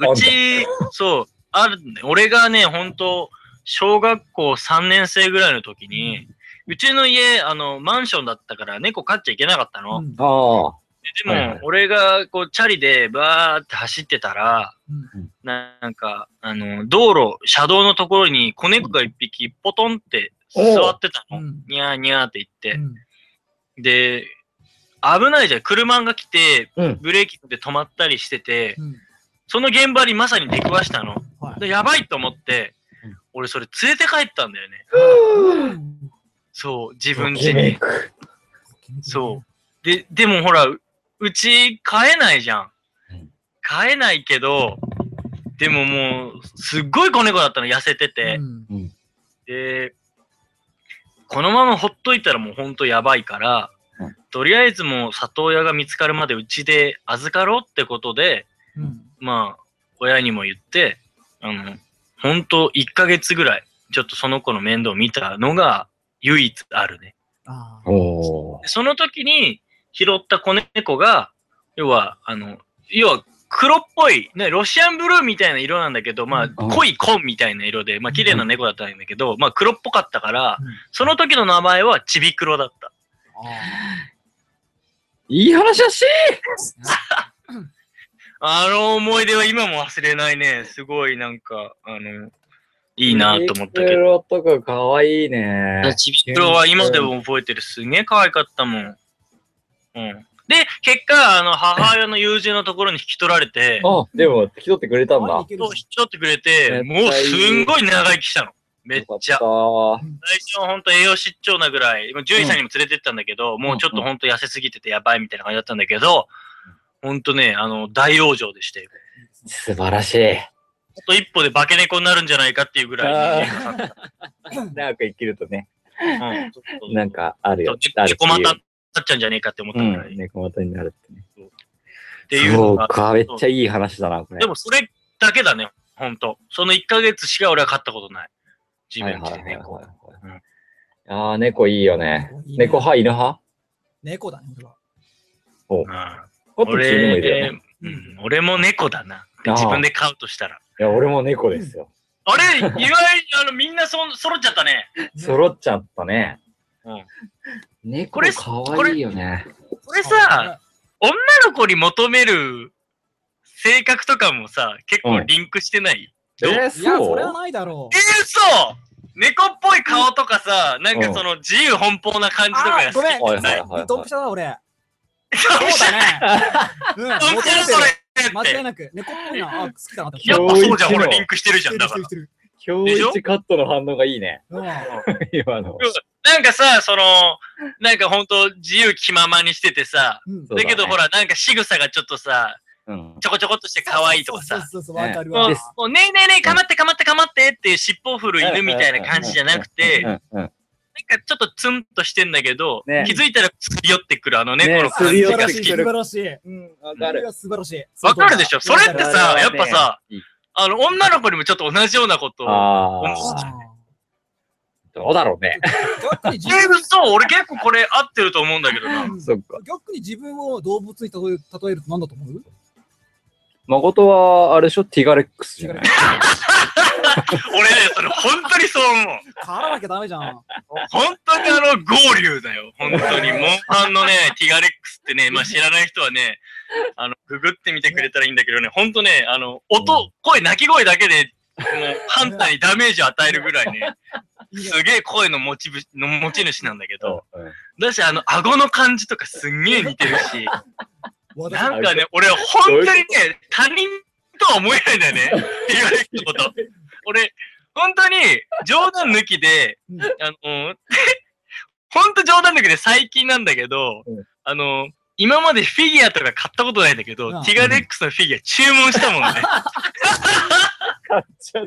ある
うち、そう、あるんだよ、俺がね、ほんと、小学校3年生ぐらいの時に、うちの家、あの、マンションだったから猫飼っちゃいけなかったの。
うん
ああ。
で
はいはい
も、俺が、こう、チャリでバーって走ってたら、
うん
なんか、あの、道路、車道のところに子猫が一匹ポトンって座ってた
う
の。
ん
にゃーにゃーって言って。
うん
で、危ないじゃん。車が来て、
うん
ブレーキで止まったりしてて、
うん
その現場にまさに出くわしたの。
はい
でやばいと思って
うん、
俺それ連れて帰ったんだよね。
うん
そう、自分
とき
家
め
に。
く
そう。で、でもほら、ううち飼えないじゃん
うん。
飼えないけど、でももう、すっごい子猫だったの、痩せてて。
うん
で、このままほっといたらもうほんとやばいから、
うん
とりあえずもう里親が見つかるまでうちで預かろうってことで、
うん
まあ、親にも言って、あの、ほんと1ヶ月ぐらい、ちょっとその子の面倒を見たのが唯一あるね。
あー
おー
でその時に拾った子猫が、要は、あの、要は黒っぽい、ね、ロシアンブルーみたいな色なんだけど、まあ、
うん
濃い紺みたいな色で、まあ、綺麗な猫だったんだけど、まあ、黒っぽかったから
うん、
その時の名前はちび黒だった。
あ
いい話だし
あの思い出は今も忘れないね。すごいなんか、あの、いいなと思ったけど。
ど。とかかわいいね。
ちびくろは今でも覚えてる。すげえ可愛かったもん。うん。で、結果、あの、母親の友人のところに引き取られて、
あ、でも、引き取ってくれたんだ。
引き取ってくれて、もうすんごい長生きしたの。めっちゃ。最
よかっ
初は本当栄養失調なぐらい、もう獣医さんにも連れてったんだけど、もうちょっと本当痩せすぎててやばいみたいな感じだったんだけど、本当ね、あの、大往生でして、
た素晴らしい。
あと一歩で化け猫になるんじゃないかっていうぐらいに、
長く生きるとね、
うんそうそうそう
なん、かある
ちょ
よ
っ。と
あるっ
自
ていう
己またになっちゃうんじゃねえかって思った
う
ぐらい。
ん、
っ
猫股になるってね。
ていうの
そ
が
うか、めっちゃいい話だな、これ。
でもそれだけだね、ほんと。その1ヶ月しか俺は飼ったことない。地
はい
面
はいは
来て
いはい
猫。
はい。ああ、猫いいよね。
いいね
猫派、犬派
猫だね、俺は。
うん
あと君もいるよ
俺
ね。
うん俺も猫だな。
あー
自分で飼うとしたら。
いや、俺も猫ですよ。
あれ、意外にあのみんなそ揃っちゃったね。
揃っちゃったね。
うん
猫
これ
かわいいよね。
これさ、、女の子に求める性格とかもさ、結構リンクしてない。
え
どうえー、
ー、
いや、そ
そ
れは
う
ないだろう。
そう猫っぽい顔とかさ、なんかその自由奔放な感じとか
あ
が、
ごめん、
はいはいはいはい
ドンピシャだ、 俺。
そう
そうだね。うん、
ドンピシャだそ
求めて
れ
る間違い
って。
なく、猫っぽいな。あ、好きだなって。
やっぱそうじゃ
教
ん、
育の
ほら、リンクしてるじゃん、だ
し
か
て
ら
る。してる
今
でし
日
ょ
一カットの反応がいいね。
してるうん
今の。
なんかさ、その、なんかほんと自由気ままにしててさ、
うん
そう
だけど
ね
ほら、なんか仕草がちょっとさ、
うん
ちょこちょこっとして可愛いとかさ、
そうそうそう、わかる
も
わ
う
ね。
もうねえねえねえ、かまってかまってかまってっていう尻尾を振る犬みたいな感じじゃなく
う
て、なんか
んうん
ちょっとツンとしてんだけど、
ね
気づいたらすり寄ってくるあの猫
ね
の
す
感
り
じ
寄
素
っ
晴
が好
ら
て
しい、
き
く。
素晴らしい。
うん、わ
そ
か
れ
る。
は素晴らしい。
わかるでしょそれって
それは
さ、
ね
やっぱさ
いい、
あの、女の子にもちょっと同じようなことを。
あ
あ
あ、
ー
どうだろうね。
逆に自
え
分
そう、俺結構これ合ってると思うんだけどな。
そっか。
逆に自分を動物に例え例えると何だと思う
誠は、あれでしょティガレックスじゃない
俺ね、それ本当にそう思う。
変わらなきゃダメじゃん。
本当にあの、合流だよ。本 当に。モンハンのね、ティガレックスってね、まあ知らない人はね、あの、ググってみてくれたらいいんだけどね、本当ね、あの、音、
うん
声、鳴き声だけで、もう、ハンターにダメージを与えるぐらいね、すげえ声の持ちぶの持ち主なんだけど、
うん
だし、あの、顎の感じとかすんげえ似てるし、
私
なんかね、俺、本当にね、他人とは思えないんだよ ね、ティガレックスのこと。俺、本当に、冗談抜きで、
うん
あの、 ほんと冗談だけど最近なんだけど、
うん
あの、今までフィギュアとか買ったことないんだけど、
うん
ティガレックスのフィギュア注文したもんね。
買っちゃっ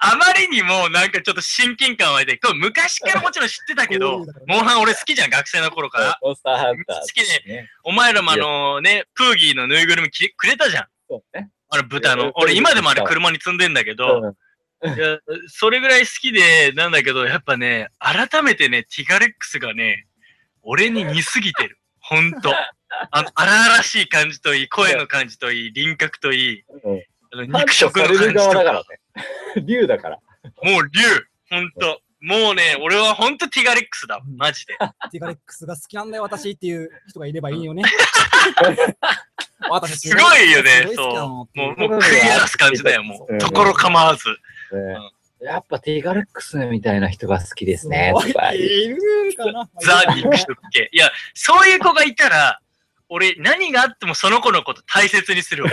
あまりにもなんかちょっと親近感湧いて、これ昔からもちろん知ってたけ
こうい
ど
うだか、ら
モンハン俺好きじゃん、学生の頃から
た。。モンスターハンター。
好きでお前らもあのね、プーギーのぬいぐるみきくれたじゃん。
そうね。
あの
い
豚
や
の。俺今でもあれ
うん
車に積んでんだけど、
うん
いや、それぐらい好きで、なんだけど、やっぱね、改めてね、ティガレックスがね、俺に似すぎてる。ほん と。あの、荒々しい感じといい、声の感じといい、輪郭といい、
うん
あの
ハンタ
肉
ー
食
さ
の
れ
感じ
る側
と
だか
か、
らね。竜だから。
もう竜、ほんと。もうね、俺はほんとティガレックスだ、マジで。
ティガレックスが好きなんだよ、私っていう人がいればいいよね。私
すごいよね
すごい好きなのってい
もう、もう、食い荒らす感じだよ、も
う
う。
ん
ところ構わず。
ねやっぱティガレックスみたいな人が好きですね。
すごい
とか
いるかな。
ザ・肉食系。いや、そういう子がいたら、俺、何があってもその子のこと大切にするわ。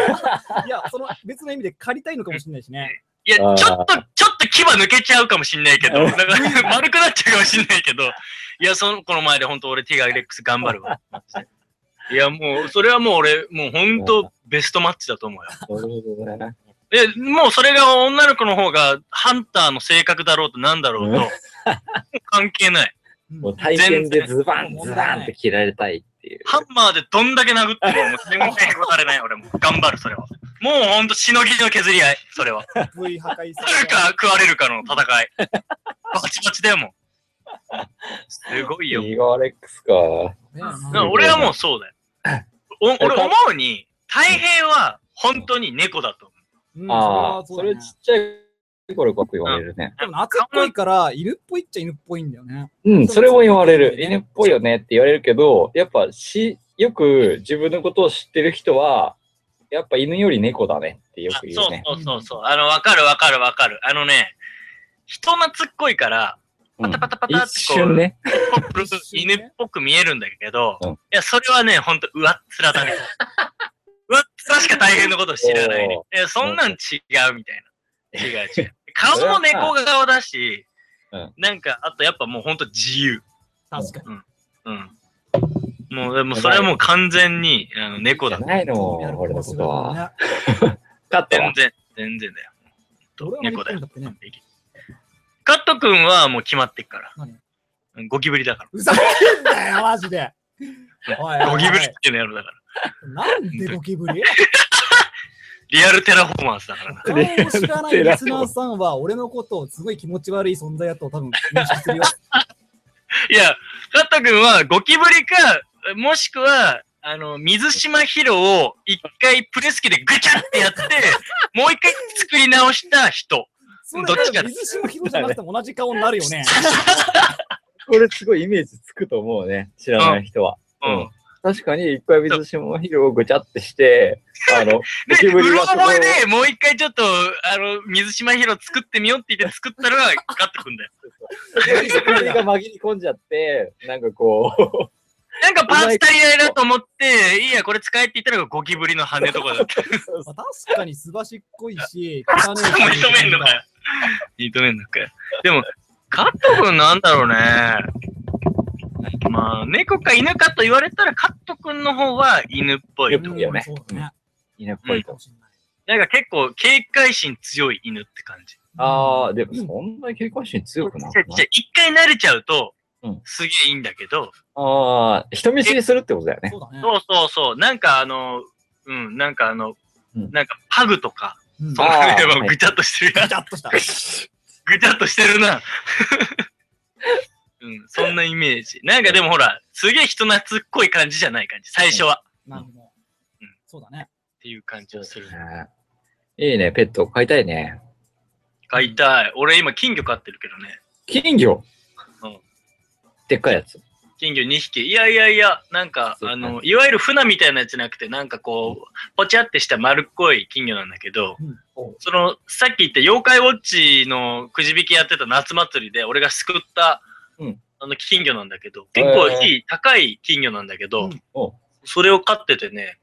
いや、その別の意味で借りたいのかもしれないしね。
いや、ちょ
あ
っ
ー
と、ちょっと牙抜けちゃうかもしんないけど、
うん
なんか丸くなっちゃうかもしんないけど、いや、その子の前で本当俺、ティガーレックス頑張るわ。いや、もう、それはもう俺、もう本当ベストマッチだと思うよ。
なるほどね
で、もうそれが女の子の方が、ハンターの性格だろうとなんだろう
う
と、
ん
もう関係ない。
もう体験でズバン
全然
ズバンって切られたいっていう。
ハンマーでどんだけ殴っても、もう全然へこたれない俺も。頑張る、それは。もうほんと、しのぎの削り合い、それは。
V 破壊
食うか食われるかの戦い。バチバチだよ、もう。すごい
テ
よ。
ィガレックスか。
だから俺はもうそうだよ。お俺思うに、太平は本当に猫だと思う。
うん
ああ、
そ
そ
れは
れ
そ
ち
うだね
っちゃい頃よく言われるね。
でも夏っぽいから、犬っぽいっちゃ犬っぽいんだよね。
うん、それも言われる。
そう
犬っぽいよねって言われるけど、やっぱしよく自分のことを知ってる人は、やっぱ犬より猫だねってよく言うね。
そうそうそうそう。あの、わかるわかるわかる。あのね、人懐っこいから、
う
パ
ん
タパタパタってこう
一、瞬ね。
ポップ 犬っぽく見えるんだけど、いや、それはね、ほんと、上っ面だね。上っ面しか大変なこと知らないね。えそんなん違うみたいな。違う違う。顔も猫顔だし、
うん
なんか、あとやっぱもうほんと自由。
確かに。
うん。もう、でもそれはもう完全にあの猫
じ
だ
ゃ。ないの、
やる
俺のことは。
ね。
カットは
全然、全然だよ。
俺は
猫だよ。
だってね。
カット君はもう決まってっから。
何
うんゴキブリだか
ふざけんなよ、マジで。おいおい
ら。
お
ゴ
い
キブリっていうのやるだから。
なんでゴキブリ
リアルテラフォーマンスだからな。
顔を知らないリスナーさんは、俺のことをすごい気持ち悪い存在だと多分認識す るよ。
いや、カット君はゴキブリか、もしくは、あの、水島ヒロを一回プレス機でぐちゃってやって、もう一回作り直した人。
それ
どっちかだ
水島ひろじゃなくても同じ顔になる よね。
これすごいイメージつくと思うね。知らない人は。
うん。
確かに、一回水下ヒロをぐちゃってして、あの、
で、うろ
そこ
覚えでもう一回ちょっと、あの、水島ヒロ作ってみようって言って作ったら、カット君だよ。
ゴキブリが紛り込んじゃって、なんか こ
なんかパンツ足りないなと思って、いいや、これ使えって言ったらゴキブリの羽とかだよ。
まあ確かにすばしっこいし、汚い
認めんのかよ。認めんのかよ。でも、カット君なんだろうね。まあ、猫か犬かと言われたら、カット君の方は犬っぽい
よ
と思
く
う。
言うね
そうだね。
う、犬っぽいと。
なんか結構、警戒心強い犬って感じ。
ああ、でもそんなに警戒心強くな
じゃ
い。
あ一回慣れちゃうと
うん、
すげえいいんだけど、
ああ、人見知りするってことだよね。
そうだね。
そうそうそう、なんかあの、うん、なんかあの、
うん
なんかパグとか、
うん
そ
ガ
の
あー
辺はぐちゃっとしてるやつ
チャッとした。
ぐちゃっとしてる な。うん、そんなイメージ。なんかでもほら、すげえ人懐っこい感じじゃない感じ、最初は。
なるほど
うん。
そうだね。
っていう感じをする。
ねいいね、ペット飼いたいね。
飼いたい。俺今金魚飼ってるけどね。
金魚、
うん
でっかいやつ。
金魚2匹。いやいやいや、なんか、
そう
あの、いわゆる船みたいなやつじゃなくて、なんかこう、ポチャってした丸っこい金魚なんだけど、
うん
その、さっき言った妖怪ウォッチのくじ引きやってた夏祭りで、俺が救った、
うん
あの金魚なんだけど、結構いい、高い金魚なんだけど、
うん
お
それを飼っててね、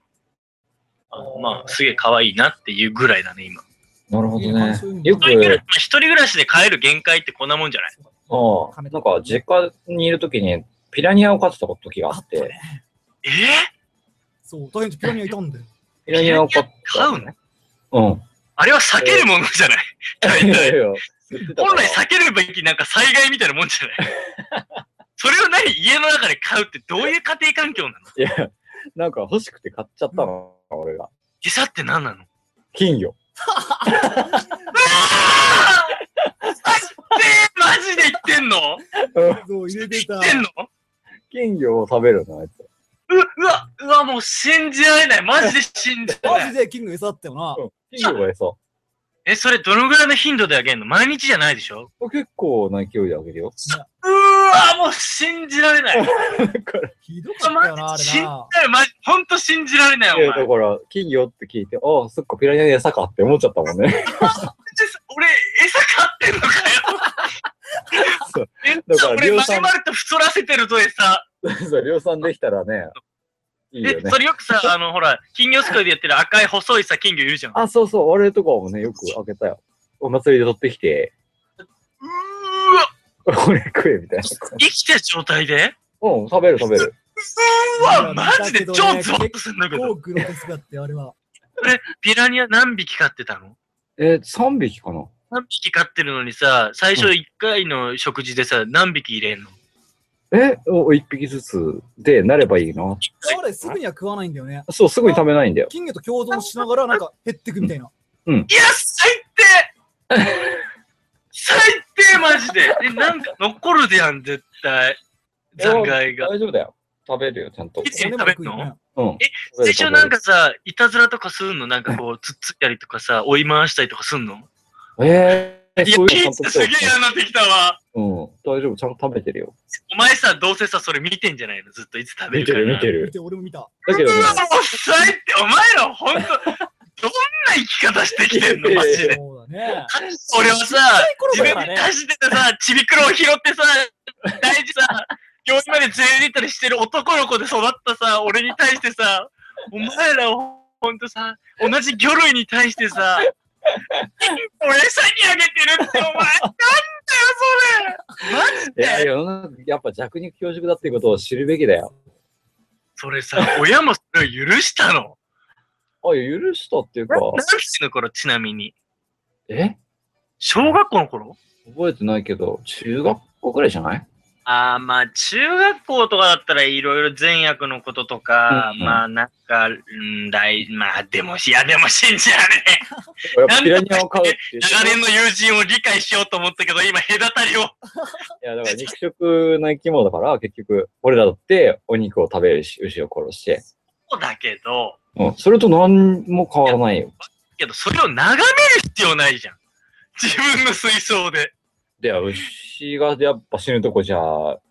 あのまあ、すげえ可愛いなっていうぐらいだね、今。
なるほ
いい
ど
感
ね
じ。
よ
一人暮らし
く、
まあ一人暮らしで飼える限界ってこんなもんじゃない
ああなんか実家にいるときにピラニアを飼ってた時があ
あ
っ
った
て、
ね。
え
そう、大変ピラニアいたん だよ。
ピラニアを飼って
ピラニア飼うの
うん。
あれは避けるものじゃない、
いやいや、吸ってた
本
から
来避けるべきなんか災害みたいなもんじゃない それを何家の中で飼うってどういう家庭環境なの
いや、なんか欲しくて買っちゃったの、俺が。
餌って何なの
金魚。
あーマジで言ってんの
そう、入れて
言
た
っ。てんの
金魚を食べるの、あいつ。
ううわうわもう信じられないマジで信じら
マ
れな
ジ
い
でキング餌だったよな。
うん金魚が餌。
えそれどのぐらいの頻度であげんの毎日じゃないでしょ
結構な勢いであ げるよ。
うーわもう信じられない
だから、
ひどかったよな、あれ
信じ
な。
られない、ほんと信じられないよ、お
い
前。
やだから金魚って聞いて、ああ、そっか、ピラニアの餌かって思っちゃったもん ね。
俺、餌飼ってんのかよ。
そう
え
だから
俺、
量
ま
産
るまると太らせてるぞ、餌。
そう、量産できたらね、いいよ
え、
ね
そ。れよくさ、あの、ほら、金魚すくいでやってる赤い細いさ、金魚いるじゃん。う
あ、そうそう、俺とかもね、よくあげたよ。お祭りで取ってきて、
ーわ、
これ食え、みたいな。
生きた状態で
うん、食べる食べる。
うわ、マジで超ゾワッとするんだけ
こ
ど。
うグロテスクだって、あれは。
ピラニア何匹飼ってたの
えー、3匹かな
何匹飼ってるのにさ、最初1回の食事でさ、何匹入れんの
え、お1匹ずつでなればいいな。
あれ、すぐには食わないんだよね。
そう、すぐに食べないんだよ。
金魚と共存しながら、なんか減ってくみたいな。
いや、最低最低、マジで。え、なんか残るでやん、絶対。残骸が。
大丈夫だよ。食べるよ、ちゃんと。
いつ
骨も
食べ
食
ん
うよ
の
ね。
うん。食べ
最
る
初なんか、さ、いたずらとかするのなんかこう、つっついたりとかさ、追い回したりとかすんの
食べるええ、そういうのちゃんと
すげえ嫌になってきたわ。
うん、大丈夫、ちゃんと食べてるよ。
お前さ、どうせさ、それ見てんじゃないのずっといつ食べ
見
る
て
から。
る、見て
見
る。
て、俺も見た。
だけどね
う、わおっさいって、お前らほんと、どんな生き方してきてんのマジで。
そうだね。
俺はさ、
ちっち
自
ゃい頃から
分
ね
で走っててさ、ちびくろを拾ってさ、大事さ、病院まで連れて行ったりしてる男の子で育ったさ、俺に対してさ、お前らをほんとさ、同じ魚類に対してさ、俺餌にあげてるってお前、なんだよそれマジ
いや、世の中、やっぱ弱肉強食だっていうことを知るべきだよ。
それさ、親もそれを許したの
あ、いや許したっていうか、
何歳の頃ちなみに。
え
小学校の頃
覚えてないけど、中学校くらいじゃない
ああ、まあ、中学校とかだったらいろいろ善悪のこととか、
うんうん
まあ、なんか、うん、大、まあ、でも、いや、でも信じられねえ。
やっぱピラニアを飼うっていう。
長年の友人を理解しようと思ったけど、今、隔たりを。
いや、だから肉食の生き物だから、結局、俺らだってお肉を食べるし、牛を殺して。
そうだけど、
うん。それと何も変わらないよ。
けど、それを眺める必要ないじゃん。自分の水槽で。
では、牛がやっぱ死ぬとこじゃ、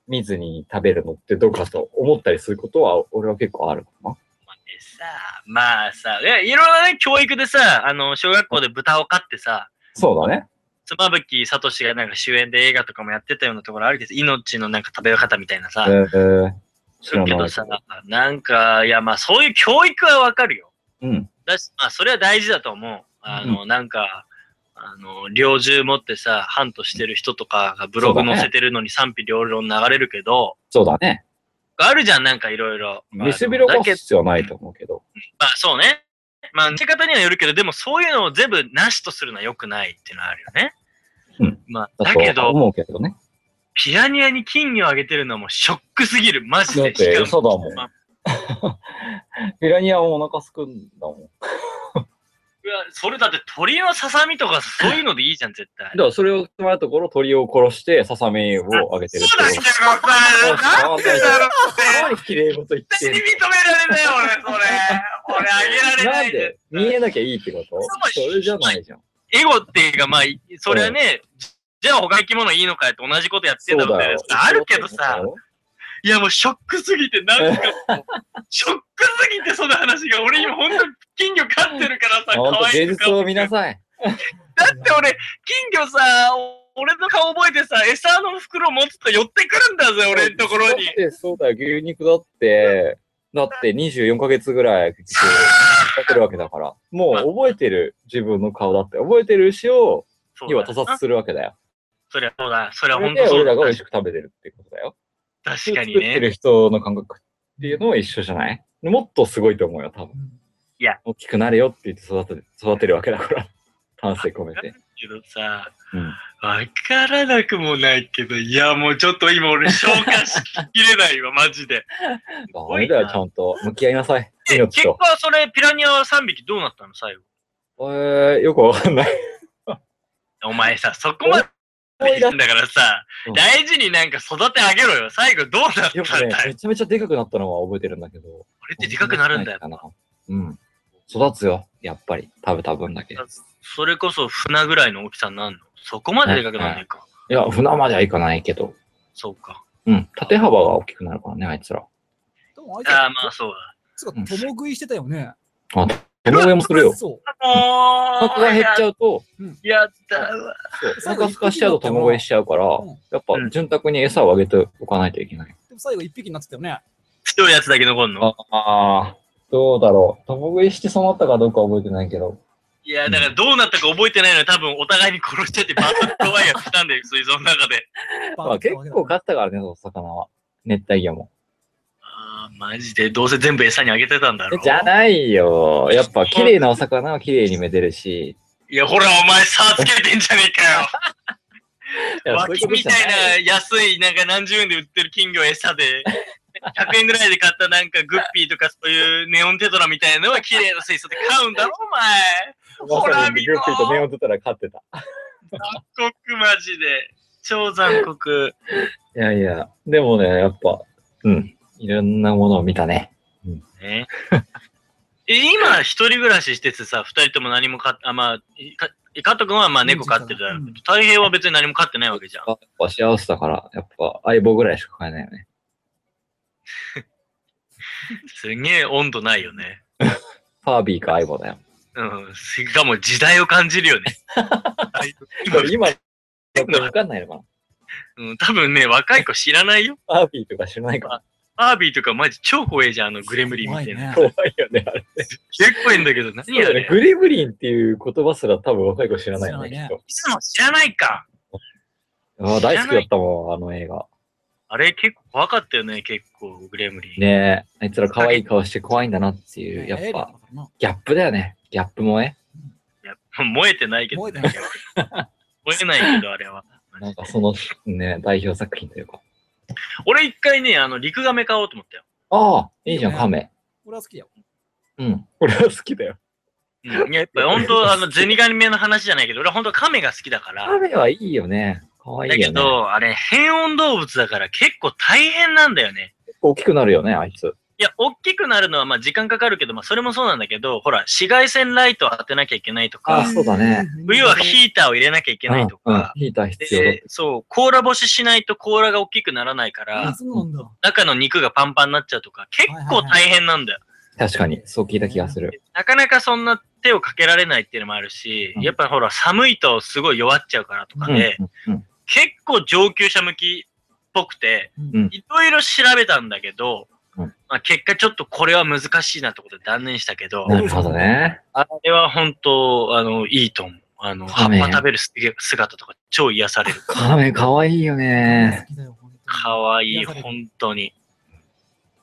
見ずに食べるのってどうかと思ったりすることは、俺は結構あるかな。
でさ、まあさ、いやいろいろね、教育でさ、あの、小学校で豚を飼ってさ、
そうだね。
妻夫木聡がなんか主演で映画とかもやってたようなところあるけど、命のなんか食べ方みたいなさ、
えー、知
する
ら
け
な
ど
い。
さ、なんか、いや、まあ、そういう教育はわかるよ。
うん。
だし、まあ、それは大事だと思う。あの、なんか、あの、猟銃持ってさ、ハントしてる人とかがブログ載せてるのに賛否両論流れるけど、
そうだね。
あるじゃん、なんかいろいろ。
見せびらか
だけ
す必要はないと思うけど。
まあ、そうね。まあ、見せ方にはよるけど、でもそういうのを全部なしとするのは良くないっていうのはあるよね。
うん。
まあ、だ
だと
けど、
思うけどね。
ピラニアに金魚をあげてるのもショックすぎる、マジ
だ
で。
って
しか
嘘だもん
まあ
ピラニアもお腹すくんだもん。
うわそれだって鳥のささみとかそういうのでいいじゃん、絶対
だ。からそれを捕まえたところ、鳥を殺して、ささみをあげてるって
そうなんだ
こ
けどさ、なんでだろう
と。かなり綺麗事言って
絶対に
ん
認められない、俺、それ。俺、あげ
のな
られない
ん
で
で見えなきゃいいってことそれじゃないじゃん。
エゴっていうか、まあ、それはね、じゃあ他の生き物いいのかよって同じことやって
そ
た
う
みた
だ
いな
よ
さ。あるけどさ、いやもうショックすぎて、なんかもう、ショックすぎて、その話が。俺今ほんと金魚飼ってるからさ、
ほんと
可愛
芸
い
術を見なさい。
だって俺、金魚さ、俺の顔覚えてさ、餌の袋持つと寄ってくるんだぜ、俺のところに
だっ。てそうだよ、牛肉だって、だって24ヶ月ぐらい結局やってるわけだから。もう覚えてる自分の顔だって。覚えてる牛を、
そうだ
要は他殺するわけだよ。
そりゃそうだ、そりゃ
そ
ほ
れ
んと
で
そ
俺
うだ
ら。が美味しく食べてるってことだよ。
確かに
作って
ね。
る人の感覚っていうのは一緒じゃないもっとすごいと思うよ、多分。大きくなれよって言って育て育てるわけだ から。丹精込めて。
けどさ、
うん
わからなくもないけど、いや、もうちょっと今俺消化しきれないわ、マジで。
ダメだよ、ちゃんと。向き合いなさ い。命
結
と。
果、それ、ピラニア3匹どうなったの、最後。
えー、よくわかん ない。
お前さ、そこまで言うんだからさ
うん、
大事になんか育てあげろよ。最後どうなった
よ
ん
く
だよ。
ね、めちゃめちゃでかくなったのは覚えてるんだけど。
俺ってでかくなるんだよ。
かな。うん。育つよ、やっぱり。食べた分だけ。い
それこそ船ぐらいの大きさになるの。そこまででかくなんないか。
や、船まではいかないけど。
そうか。
うん。縦幅が大きくなるからね、あいつら。
でもあいつ
ああ、
ら
まあそうだ。
そうか共食いしてたよね。
手の上もするよ。
そ
お腹が減っちゃうと、
やったわ。
そう
最
お
後
腹すかしちゃうと共食いしちゃうから、
うん
やっぱ潤沢に餌をあげておかないといけない。
う。でも最後一匹になってたよね。
太いやつだけ残んの
ああ、どうだろう。共食いしてそうなったかどうか覚えてないけど。
いや、だからどうなったか覚えてないのに多分お互いに殺しちゃってバトルワイヤーしたんだよ、水槽の中で。
まあ、結構買ったからね、その魚は。熱帯魚も。
ああ、マジで、どうせ全部餌にあげてたんだろ
じゃないよ。やっぱ綺麗なお魚は綺麗にめでるし。
いや、ほら、お前、差つけてんじゃね えかよ。
そうう
脇
こと
み
じ
た
ゃ
いな安い、なんか何十円で売ってる金魚餌で、100円ぐらいで買ったなんかグッピーとかそういうネオンテトラみたいなのは綺麗な水槽で買うんだろ、お前。
な
ほら
まさにグッピーと目を出たら飼ってた。
残酷、マジで。超残酷。
いやいや、でもね、やっぱ、うん。いろんなものを見たね。
ね、え今、一人暮らししててさ、二人とも何もか、あ、まあ、か加藤君はまあ猫飼ってた。
うん
大平は別に何も飼ってないわけじゃん。
やっぱ幸せだから、やっぱ相棒ぐらいしか買えないよね。
すげえ温度ないよね。
ファービーか相棒だよ。
うん。しかも時代を感じるよね。今
今、わかんないのかな
うん、多分ね、若い子知らないよ。
ファービーとか知らないか
アービーとかマジ超怖えじゃん、あのグレムリンみたいな。
ら。
怖
怖
ね
いよね、あれ。
結構いいんだけど、何
そう
や
だ
ね
ね。。グレムリンっていう言葉すら多分若い子知らないよね、
知
き
らな
っ
いね
と。
いつも知らないか。
あー大好きだったもん、あの映画。
あれ結構怖かったよね、結構、グレムリン。
ねえ、あいつら可愛い顔して怖いんだなっていう、や
エ
っ
イリアン
ぱ
だ、からな
ギャップだよね。ギャップ萌え。
いや燃えてないけど、
燃えてない
い。 燃えないけど、あれは。
なんかその、ね、代表作品というか。
俺一回ね、あの、リクガメ買おうと思ったよ。
ああ、いいじゃん、
いい
カ
よ
メ。
俺は好きだよ。
うん。俺は好きだよ。
うん、いや、やっぱ本当、あの、ゼニガメの話じゃないけど、俺は本当カメが好きだから。
カメはいいよね。可愛い
だけ
よね。
ど、あれ、変温動物だから結構大変なんだよね。
大きくなるよね、あいつ。
いや、大きくなるのはまあ時間かかるけど、まあそれもそうなんだけど、ほら、紫外線ライトを当てなきゃいけないと
あ
か、
そうだね
ん。
冬はヒーターを入れなきゃいけないと
うんうん
か、
ヒーター必要だ
でそう、甲羅干ししないと甲羅が大きくならないか
あ
ら、
そうなんだ。
中の肉がパンパンになっちゃうとか、結構大変なんだよ。
確かに、そう聞いた気がする。
なかなかそんな手をかけられないっていうのもあるし、
うん
やっぱほら、寒いとすごい弱っちゃうからとか
うん
で、
うんうん
結構上級者向きっぽくて、
うん
いろいろ調べたんだけど、
うん
まあ、結果ちょっとこれは難しいなってことで断念したけど、
なるほどね。
あれは本当、あの、いいと思う。あの、葉
カ
っ
メ
ぱ食べるすげ姿とか超癒される。
カメ可愛いよね
好。きだよ、本当に
かわいい、
癒される
本当に。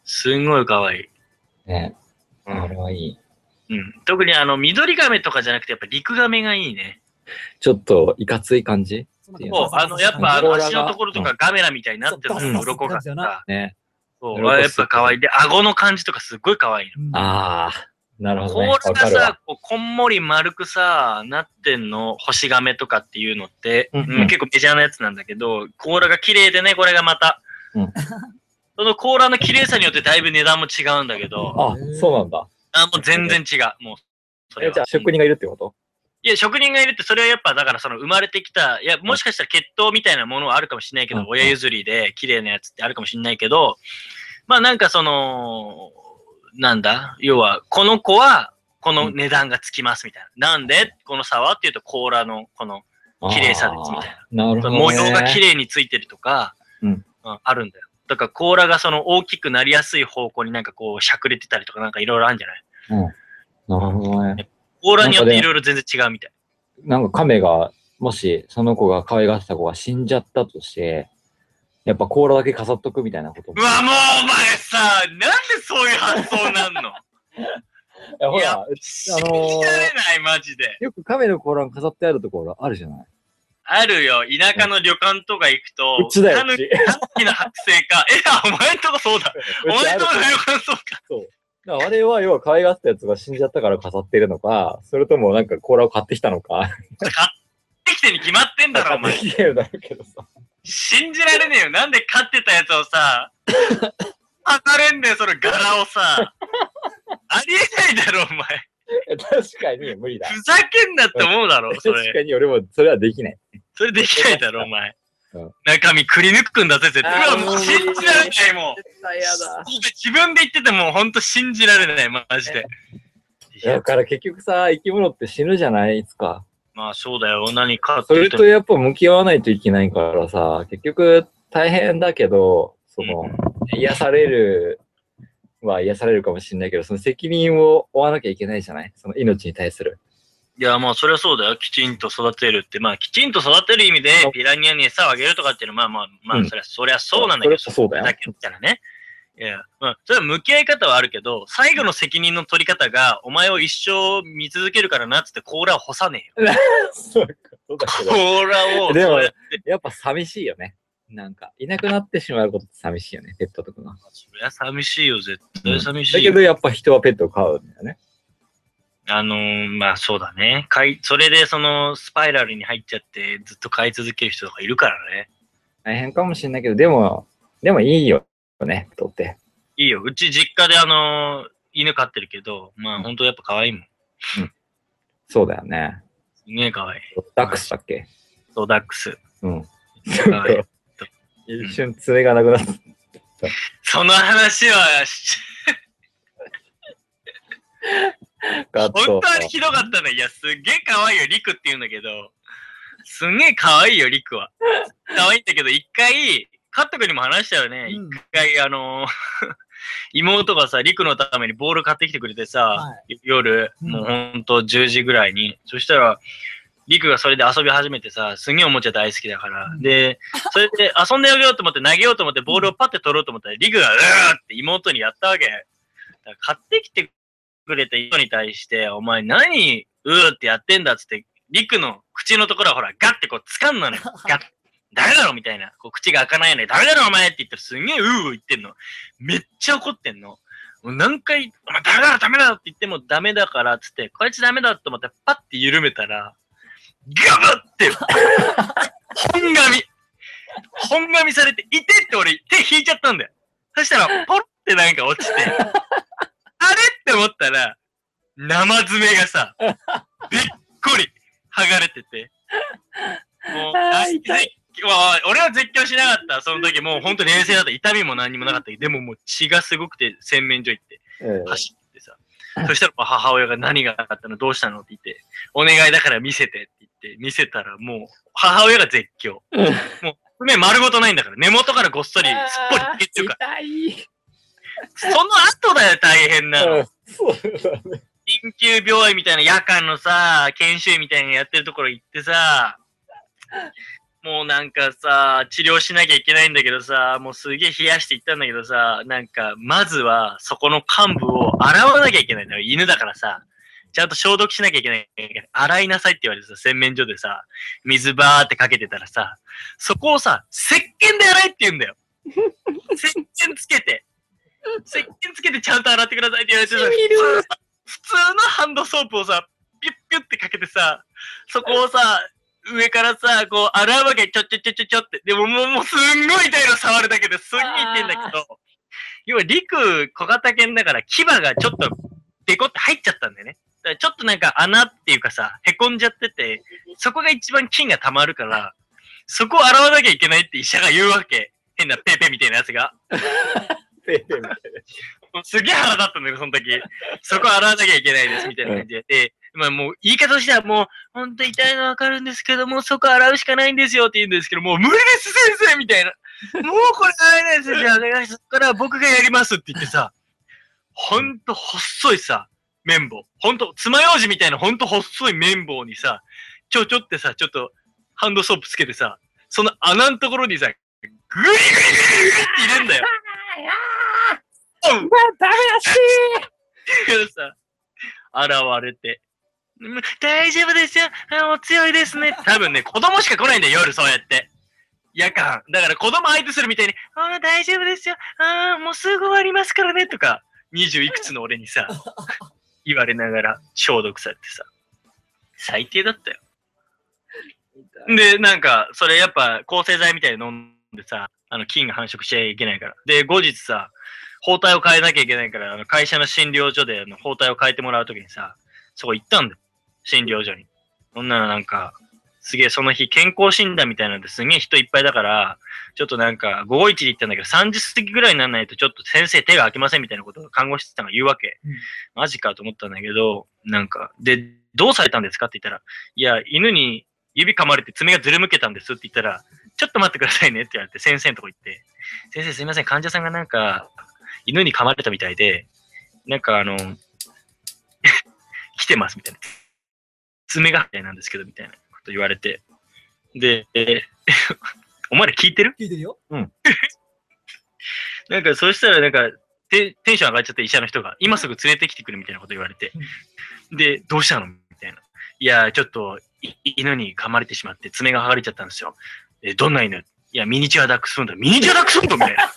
すごいかわいい。
ね、
う
あれ
ん
はいい。
うん、特にあの、緑亀とかじゃなくて、やっぱ陸亀がいいね。
ちょっといかつい感じ
そんな感じ
そう、あの、やっぱあ
ローラ
の
ーが
足のところとかガメラみたいになってる
そう
の、鱗が
そう
さ。
ね。
そう、
鱗
やっぱ可愛い。で、顎の感じとかすっごい可愛い
うん
ああ、なる
の。
ほ
甲
どね。
羅
わか
が
るわ。
さ、こうこんもり丸くさ、なってんの、星亀とかっていうのって、
う
うんん結構メジャーなやつなんだけど、甲羅が綺麗でね、これがまた
うん。
その甲羅の綺麗さによってだいぶ値段も違うんだけ ど、
あ、そうなんだ。
あもう全然違う。もう、それ
え
は
じゃあ、職人がいるってこと
いや、職人がいるって、それはやっぱ、だからその生まれてきた、いや、もしかしたら血統みたいなものはあるかもしれないけ
うん
ど、親譲りで綺麗なやつってあるかもしれないけど、まあなんかその、なんだ要は、この子は、この値段がつきますみたいな。なんでこの差はっていうと、甲羅の、この綺麗さですみたい
な。なるほど、ね。
模様が綺麗についてるとか、
うん
うんあるんだよ。だから甲羅がその大きくなりやすい方向になんかこう、しゃくれてたりとかなんかいろいろあるんじゃない
なるほどね。
甲羅によっていろいろ全然違うみたい。
なんか亀が、もしその子が可愛がってた子が死んじゃったとして、やっぱ甲羅だけ飾っとくみたいなことも
うわ、もうお前さ、なんでそういう発想なんの
い やほ
いや
ら、うちあの
信じられ
ー、
ない、マジで。
よく亀の甲羅が飾ってあるところあるじゃない
あるよ、田舎の旅館とか行くと、
うちだよ
タヌ
うち
タヌキの剥製か。 え、あお前んとこそうだ。お前んとこの旅館そうか。
だからあれは要は可愛がってたやつが死んじゃったから飾ってるのか、それともなんか甲羅を買ってきたのか。
買ってきてに決まって ん だろ、
買
お前
っ。てきてるだろうけどさ。
信じられねえよ。なんで飼ってたやつ をさ、飾れんだよ、その柄を さ。ありえないだろ、お前。
いや確かに無理だ。
ふざけんなって思うだろ、そ
確
れ。
かに俺もそれはできない。
それできないだろ、お前
うん。
中身くり抜くんだぜ、絶対。
あー
うわもう信じられない、もう。
嫌
自分で言ってても、ほんと信じられない、マジで。いや
だから結局さ、生き物って死ぬじゃないですか。
まあ、そうだよ。何かっ
そ
て言っ
れ
て
とやっぱ向き合わないといけないからさ、結局大変だけど、その、癒されるは癒されるかもしれないけど、その責任を負わなきゃいけないじゃないその命に対する。
いや、まあ、それはそうだよ。きちんと育てるって。まあ、きちんと育てる意味で、ピラニアに餌をあげるとかっていうのは、まあまあ、
う
ま
ん
あ、そりゃ、そりゃそうなんだけど、
それそうだよ
だけみたいなね。いや、まあ、それは向き合い方はあるけど、最後の責任の取り方が、お前を一生見続けるからなっつって、甲羅を干さねえよ。
そういうことだけど。
甲羅を、
でも
そうやって
やっぱ寂しいよね。なんか、いなくなってしまうことって寂しいよね、ペットとかが。
そりゃ寂しいよ、絶対寂し
だ
いよ。
けど、やっぱ人はペットを飼うんだよね。
あのーまあそうだね。かい、それでそのスパイラルに入っちゃって、ずっと飼い続ける人とかいるからね。
大変かもしれないけど、でも、でもいいよね、ペットって。
いいよ。うち実家であのー犬飼ってるけど、まあ本当やっぱ可愛いもん。
そうだよね。
ね、かわいい。
ダックスだっけ
そう、ダックス。
うん。
かわいい
一瞬爪がなくなった。
その話はし、
ガッ
本
と
当あれひどかったね。いや、すっげえかわいいよ、リクって言うんだけど。すんげえかわいいよ、リクは。かわいいんだけど、一回、カット君にも話したよね。一、
うん
回、あのー 妹がさ、リクのためにボール買ってきてくれてさ、
は
夜、
うん
もうほんと10時ぐらいに。そしたら、リクがそれで遊び始めてさ、すげえおもちゃ大好きだから。
うん
で、それで遊んであげようと思って、投げようと思って、ボールをパッて取ろうと思ったら、リクがうーって妹にやったわけ。だから買ってきてくれた人に対して、お前何、うーってやってんだっつって、リクの口のところはほら、ガッてこう掴んだ のよ。ガッ。ダメだろみたいな。こう口が開かないよね。ダメだろお前って言ったらすんげえうーうー言ってんの。めっちゃ怒ってんの。もう何回、お前ダメだろダメだろって言ってもダメだからっつって、こいつダメだと思ってパッて緩めたら、ガバって、本髪本髪されて、いてって俺手引いちゃったんだよ。そしたら、ポロってなんか落ちて、あれって思ったら、生爪がさ、びっこり剥がれてて、もう、
あー
絶
痛
わ俺は絶叫しなかった、その時もう本当冷静だった、痛みも何にもなかったけど、でももう血がすごくて洗面所行って。
ええ
走ってさ。そしたらまあ母親が何があったのどうしたのって言って、お願いだから見せてって言って、見せたらもう、母親が絶叫。
うん
もう、爪丸ごとないんだから、根元からごっそり、すっぽり消えてるから、
痛い。
その後だよ、大変なの。
そうだね。
緊急病院みたいな夜間のさ、研修医みたいなのやってるところ行ってさ、もうなんかさ、治療しなきゃいけないんだけどさ、もうすげえ冷やしていったんだけどさ、なんか、まずはそこの幹部を洗わなきゃいけないんだよ。犬だからさ、ちゃんと消毒しなきゃいけない。洗いなさいって言われてさ、洗面所でさ、水バーってかけてたらさ、そこをさ、石鹸で洗えって言うんだよ。石鹸つけて。石鹸つけてちゃんと洗ってくださいって言われてさ、普通のハンドソープをさ、ピュッピュッてかけてさ、そこをさ、上からさ、こう、洗うわけ、ちょちょちょちょちょって。でももう、もうすんごい痛いの触るだけですんげえ痛いんだけど、要は陸小型犬だから牙がちょっとデコって入っちゃったんだよね。だからちょっとなんか穴っていうかさ、へこんじゃってて、そこが一番菌が溜まるから、そこを洗わなきゃいけないって医者が言うわけ。変なペーペーみたいなやつが。
ペペみたい
すげえ腹立ったんだよ、その時。そこ洗わなきゃいけないです、みたいな感じで。で、まあもう言い方としてはもう、ほんと痛いのわかるんですけど、もうそこ洗うしかないんですよって言うんですけど、もう無理です、先生みたいな。もうこれ洗えないです、じゃあお願いします。そこから僕がやりますって言ってさ、ほんと細いさ、綿棒。ほんと、爪楊枝みたいなほんと細い綿棒にさ、ちょちょってさ、ちょっとハンドソープつけてさ、その穴のところにさ、グイグイグイグイグイって入れるんだよ。うん
ダメだし
さ、現れて。うん大丈夫ですよ。あお強いですね。多分ね、子供しか来ないんだよ、夜そうやって。夜間。だから子供相手するみたいに、あー大丈夫ですよ。あーもうすぐ終わりますからね。とか、二十いくつの俺にさ、言われながら消毒されてさ、最低だったよ。で、なんか、それやっぱ抗生剤みたいに飲んでさ、あの、菌が繁殖しちゃいけないから。で、後日さ、包帯を変えなきゃいけないから、あの会社の診療所であの包帯を変えてもらうときにさ、そこ行ったんだよ。診療所に。そんなのなんか、すげえその日健康診断みたいなのですげえ人いっぱいだから、ちょっとなんか午後1で行ったんだけど、3時過ぎぐらいにならないとちょっと先生手が開けませんみたいなことを看護師さんが言うわけ。
うん
マジかと思ったんだけど、なんか、で、どうされたんですかって言ったら、いや、犬に指噛まれて爪がずるむけたんですって言ったら、ちょっと待ってくださいねって言われて先生のとこ行って、先生すいません、患者さんがなんか犬に噛まれたみたいで、なんかあの、 来てますみたいな。爪がみたいなんですけどみたいなこと言われて。で、 えお前ら聞いてる
聞いてるよ。
なんかそうしたらなんかテテンション上がっちゃって医者の人が、今すぐ連れてきてくるみたいなこと言われて、で、どうしたのみたいな。いや、ちょっとい犬に噛まれてしまって爪が剥がれちゃったんですよ。え、どんな犬いや、ミニチュアダックスフンド。ミニチュアダックスフンドみたいな。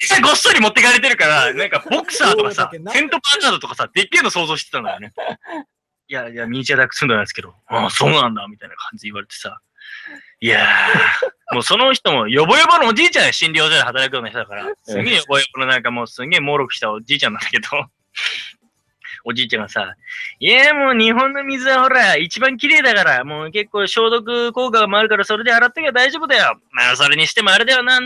実際ごっそり持ってかれてるから、なんかボクサーとかさ、セントバーナードとかさ、でっけえの想像してたんだよね。いや、いや、ミニチュアダックスフンドなんですけど、ああ、そうなんだ、みたいな感じで言われてさ。いやー、もうその人も、ヨボヨボのおじいちゃんや診療所で働くような人だから、すげえヨボヨボのなんかもうすげえもろくしたおじいちゃんなんだけど、おじいちゃんがさ、いや、もう日本の水はほら、一番綺麗だから、もう結構消毒効果もあるから、それで洗ってきゃ大丈夫だよ。まあ、それにしてもあれだよな。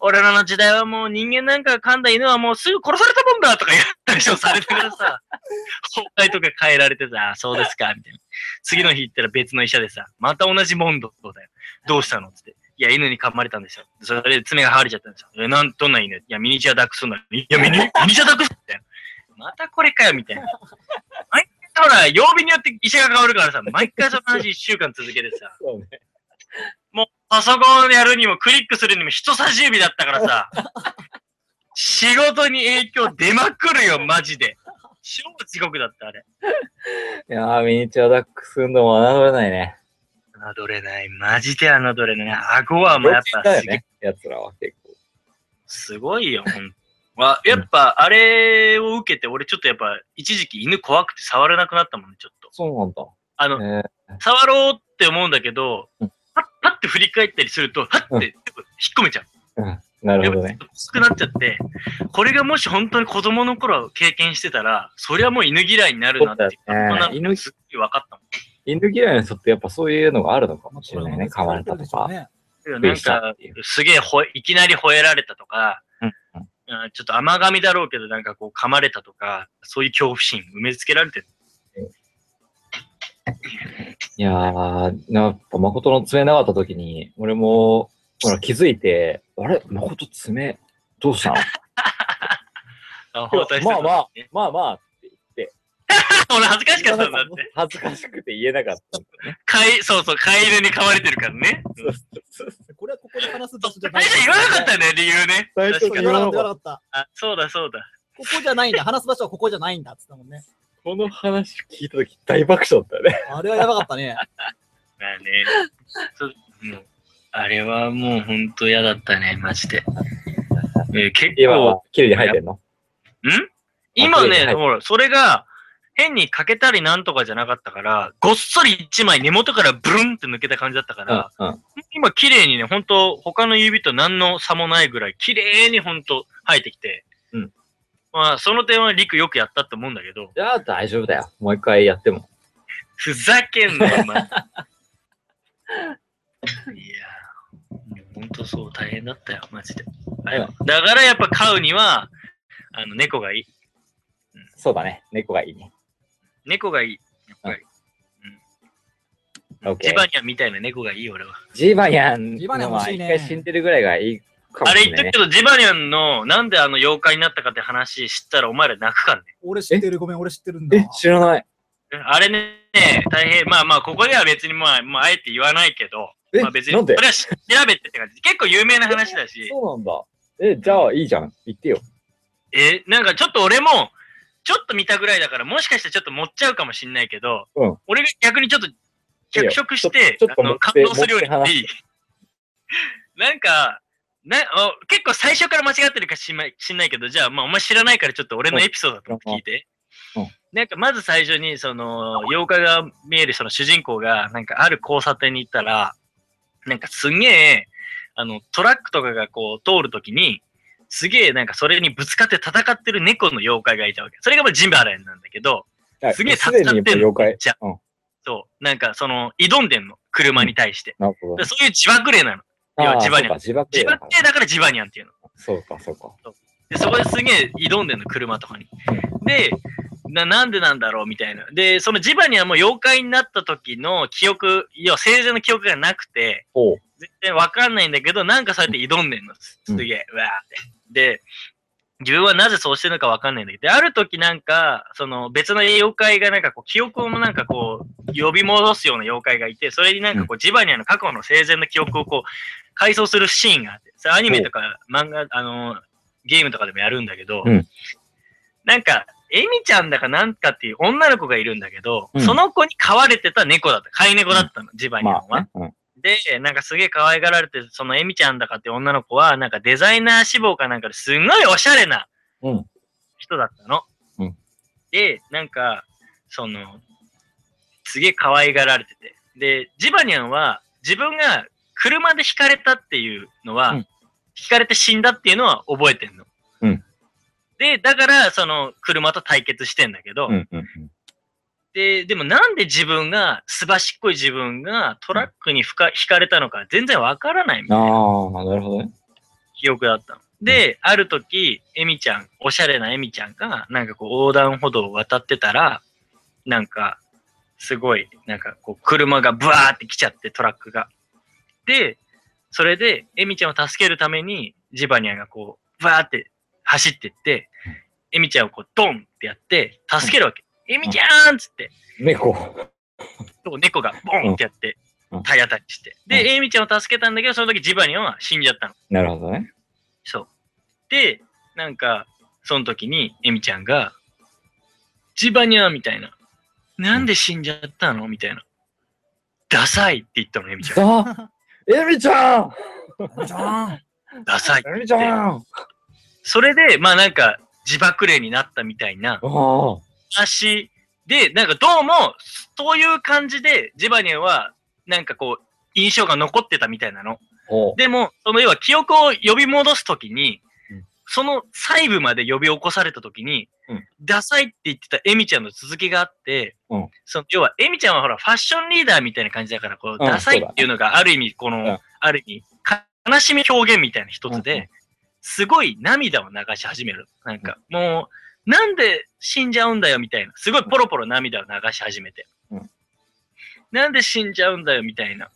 俺らの時代はもう人間なんか噛んだ犬はもうすぐ殺されたもんだとか言ったりされてからさ、北海とか変えられてさ、そうですか、みたいな。次の日行ったら別の医者でさ、また同じ問答だよ。どうしたのつって。いや、犬に噛まれたんですよ。それで爪が剥がれちゃったんですよ。え、なん、どんな犬いや、ミニチュアダックスの。いや、ミニ、ミニチュアダックスみたいな。またこれかよ、みたいな。毎回ほら、曜日によって医者が変わるからさ、毎回その話1週間続けてさ、
そうね。
もうパソコンやるにもクリックするにも人差し指だったから さ、仕事に影響出まくるよ、マジで。超地獄だった、あれ。
いやー、ミニチュアダックス運動も侮れないね。
侮れない。マジで侮れない。顎はもうやっ
病
ぱ
気
す
だ
げ
よね、やつらは結構。
すごいよ、ほ んと。わやっぱ、あれを受けて、俺ちょっとやっぱ、一時期犬怖くて触れなくなったもんね、ちょっと。
そうなんだ。
あの、
え
触ろうって思うんだけど
うん、
パッ、パッて振り返ったりすると、パッて、
うん
引っ込めちゃう。
ー、な
や
る
っ
ほど
ぱちょっ
ね。
と薄くなっちゃって、これがもし本当に子供の頃経験してたら、そりゃもう犬嫌いになるなっていう
そうだよね
こんなの
犬
すっごい分かったもん。
犬嫌いの人ってやっぱそういうのがあるのかもしれないね。
こ
噛
れ
ま
は
れ
も
た
う
と
絶対あ
か
るでしょう。ね
なん
したっ
か
ていう、
すげえほえ、いきなり吠えられたとか、
うん
うんちょっと甘噛みだろうけど、なんかこう噛まれたとか、そういう恐怖心埋めつけられてる。
いやー、やっぱ誠の爪なかった時に、俺も、ほら気づいて、あれ誠爪、どうしたの
あ包帯してた
まあま あ
ね、
まあまあって言って。
俺恥ずかしかったんだって。
恥ずかしくて言えなかったんだね。
飼い、そうそう、飼い犬に飼われてるからね。うん
これはここで話す場所じゃな
最
い。
初言わなかったね、理由ね。
最初
確か
言
に
わなかった、言わなかった。
あそうだそうだ。
ここじゃないんだ。話す場所はここじゃないんだ。つったもんね。
この話聞いた時大爆笑だったね。
あれはやばかったね。
まあね。 そううんあれはもうほんと嫌だったね、マジで。えー結
今
構
は、綺麗に入ってんの
ん今
あそうは
ね、
い
ほら、それが、変にかけたりなんとかじゃなかったから、ごっそり一枚根元からブルンって抜けた感じだったから、
うんうん。
今綺麗にね、ほんと、他の指と何の差もないぐらい、綺麗にほんと生えてきて、
うん
まあ、その点は陸よくやったと思うんだけど、
じゃあ大丈夫だよ。もう一回やっても。
ふざけんなよ、お 前。いやー、ほんとそう、大変だったよ、マジで。あれはだからやっぱ飼うには、あの、猫がいい。
そうだね。猫がいいね。
猫がいい、やっぱり。うん
OK
ジバニャンみたいな猫がいい、俺は。
ジバニャン
ジバニャン欲しいね
まあ一回死んでるぐらいがいいかも
あれ
し
言
れ
っ
な
と
い、
く
ね
け。ど、ジバニャンの、なんであの妖怪になったかって話知ったらお前ら泣くからね。
俺知ってる。ごめん、俺知ってるんだ。
え、知らない。
あれね、大変、まあまあ、ここでは別にまあ、まあ、あえて言わないけど、
え、
まあ別に、
なんで
それはし調べてって感じ。結構有名な話だし、
そうなんだ。え、じゃあいいじゃん。言ってよ。
えなんかちょっと俺も、ちょっと見たぐらいだから、もしかしてちょっと持っちゃうかもしんないけど、
うん
俺が逆にちょっと脚色して、
ちょちょっと
あ
持っ
の
て
感動するように言っていい なんか、なあ結構最初から間違ってるかしんないしんないけど、じゃあ、まあ、お前知らないからちょっと俺のエピソードだと聞いて。
うんうん
なんかまず最初に、その、妖怪が見えるその主人公が、なんかある交差点に行ったら、なんかすげえ、あの、トラックとかがこう通るときに、すげえなんかそれにぶつかって戦ってる猫の妖怪がいたわけ。それがまあジンバラエンなんだけど、
あ
すげえ
すでにもう妖怪。
じゃ
うん。
そう、なんかその、挑んでんの、車に対して。
なるほど
で。そういう自爆霊なの。要は
あー
ジバニャン
そうかジバ
自
ニャン
爆霊だからジバニャンっていうの。
そうか、そうか。
で、そこですげえ挑んでんの、車とかに。で、ななんでなんだろうみたいな。で、そのジバニャンも妖怪になった時の記憶、要は生前の記憶がなくて、
おう。
全然わかんないんだけど、なんかそうやって挑んでんの。すすげえ、うわーって。で、自分はなぜそうしてるのかわかんないんだけど、で、ある時なんか、その別の妖怪がなんかこう、記憶をもなんかこう、呼び戻すような妖怪がいて、それになんかこう、ジバニャンの過去の生前の記憶をこう、回想するシーンがあって、それアニメとか漫画、あのー、ゲームとかでもやるんだけど、
うん
なんか、エミちゃんだかなんかっていう女の子がいるんだけど、
うん
その子に飼われてた猫だった。飼い猫だったの、ジバニャンは
ま。あ、ね、うん。
で、なんかすげえ可愛がられて、そのエミちゃんだかって女の子は、なんかデザイナー志望かなんかですんごいおしゃれな
うん
人だったの。
うん
で、なんか、その、すげえ可愛がられてて。で、ジバニャンは自分が車でひかれたっていうのは、
う
ひ
ん
かれて死んだっていうのは覚えてんの。
うん
で、だから、その、車と対決してんだけど、
うんうんうん
で、でもなんで自分が、すばしっこい自分がトラックにふか引かれたのか全然わからないみたいな
ああ、なるほどね。
記憶だったの。で、ある時、エミちゃん、おしゃれなエミちゃんが、なんかこう横断歩道を渡ってたら、なんか、すごい、なんかこう車がブワーって来ちゃって、トラックが。で、それで、エミちゃんを助けるために、ジバニャンがこう、ブワーって走ってって、エミちゃんをこう、ドンってやって、助けるわけ。エミちゃんっつって、
猫。
そう猫がボンってやって
うん、
体当たりして。
うん
で、エイミちゃんを助けたんだけど、その時ジバニョンは死んじゃったの。
なるほどね。
そう。で、なんか、その時にエミちゃんが、ジバニャーみたいな。なんで死んじゃったのみたいな。ダサいって言ったの、エミち ゃ
あエミちゃん
じゃん。
ん。ダサい。
エミちゃんあ
それで、まあなんか、自爆霊になったみたいな
あ。
足で、なんかどうも、そういう感じで、ジバニャンは、なんかこう、印象が残ってたみたいなの。
ほ
でも、その要は記憶を呼び戻すときに、
うん
その細部まで呼び起こされたときに、
うん
ダサいって言ってたエミちゃんの続きがあって、
うん
その要はエミちゃんはほらファッションリーダーみたいな感じだから、こう
うん
ダサいっていうのがある意味、この、
うん
ある意味、悲しみ表現みたいな一つで、
うんうん
すごい涙を流し始める。なんか、もう、なんで死んじゃうんだよみたいな。すごいポロポロ涙を流し始めて。
うん
なんで死んじゃうんだよみたいな。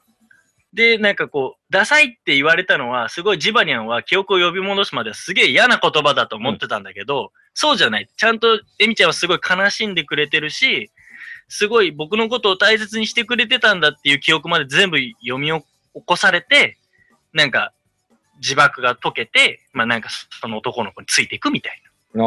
で、なんかこう、ダサいって言われたのは、すごいジバニャンは記憶を呼び戻すまですげえ嫌な言葉だと思ってたんだけど、そうじゃない。ちゃんとエミちゃんはすごい悲しんでくれてるし、すごい僕のことを大切にしてくれてたんだっていう記憶まで全部読み起こされて、なんか自爆が解けて、まあなんかその男の子についていくみたいな。
う。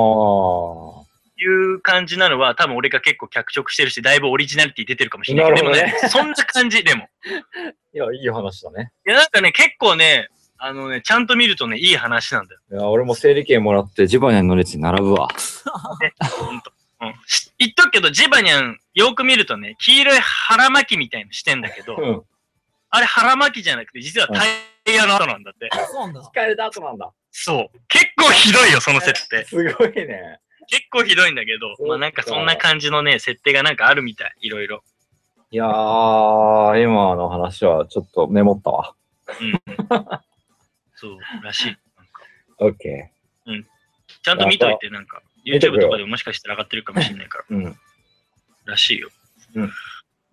あ
いう感じなのは、多分俺が結構脚色してるし、だいぶオリジナリティ出てるかもしれないけど、
なるほど
でもね、そんな感じ、でも。
あ。いや、いい話だね。
いや、なんかね、結構ね、あのね、ちゃんと見るとね、いい話なんだよ。
いや、俺も整理券もらって、ジバニャンの列に並ぶわ。
ほんと。うん、し言っとくけど、ジバニャン、よく見るとね、黄色い腹巻きみたいのしてんだけど、
ん。
あれ腹巻きじゃなくて、実はタイヤの跡なんだって。
そうなんだ。
疲れた後なんだ。
そう。結構ひどいよ、その設定。
すごいね。
結構ひどいんだけど
そ、うか
まあなんかそんな感じのね、設定がなんかあるみたい、いろいろ。
いやー、今の話はちょっとメモったわ。
うん。そう、らしい。
オッケ
ちゃんと見といて、なんか、
見てく
YouTube
よ
とかでももしかしたら上がってるかもしれないから、
ー。うん。
らしいよ。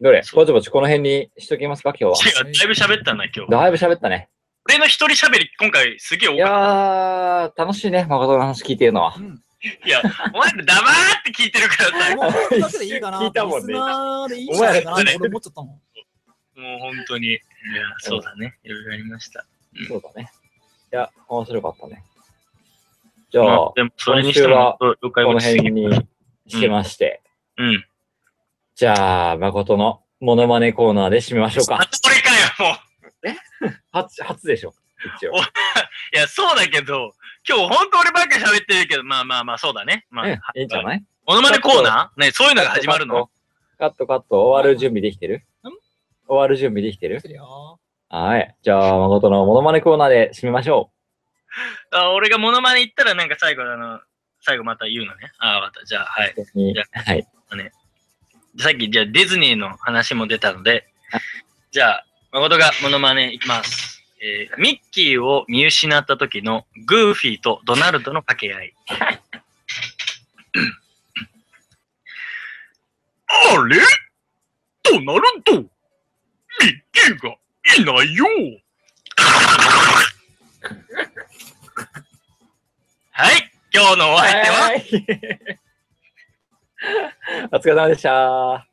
どれ
そう
ぼちぼちこの辺にしときますか、今日
違
は。
う、だいぶ喋ったな、今日。
だいぶ喋ったね。
俺の一人喋り、今回すげえ多
い
かっ
やー、楽しいね、誠の話聞いてるのは
う。ん。
た。いや、お前ら黙って聞いてるからさ、
もう、これだけでいいかな。
聞いたもんね
リスナーでいいんじゃないかなって俺思っちゃったもん。
もう本当に。いや、そうだね。いろいろありました。
そうだね。いや、面白かったね。じゃ
ま
あ
あ、、でも、それにしても、了解
この
落ちすぎ
辺にしてまして。
うん。
じゃあ、誠のモノマネコーナーで締めましょう
あ
か。
それかよ、もう。
初、初でしょ。一応
お。いや、そうだけど、今日本当俺ばっか喋ってるけど、まあまあまあ、そうだね。まあ、
うんいいんじゃ
い
ない
モノマネコーナーね、そういうのが始まるの
カットカット、終わる準備できてる終わる準備できてる
そりゃあ
はい。じゃあ、誠のモノマネコーナーで締めましょ。。
あ俺がモノマネ言ったら、なんか最後、あの、最後また言うのね。ああ、わかった。じゃあ、はいう
別に
じゃ
はい。
さっき、じゃあディズニーの話も出たので、じゃあ、誠がモノマネいきます。えーミッキーを見失った時のグーフィーとドナルドの掛け合い。あれドナルドミッキーがいないよはい、 今日のお相手は
はいお疲れ様でした。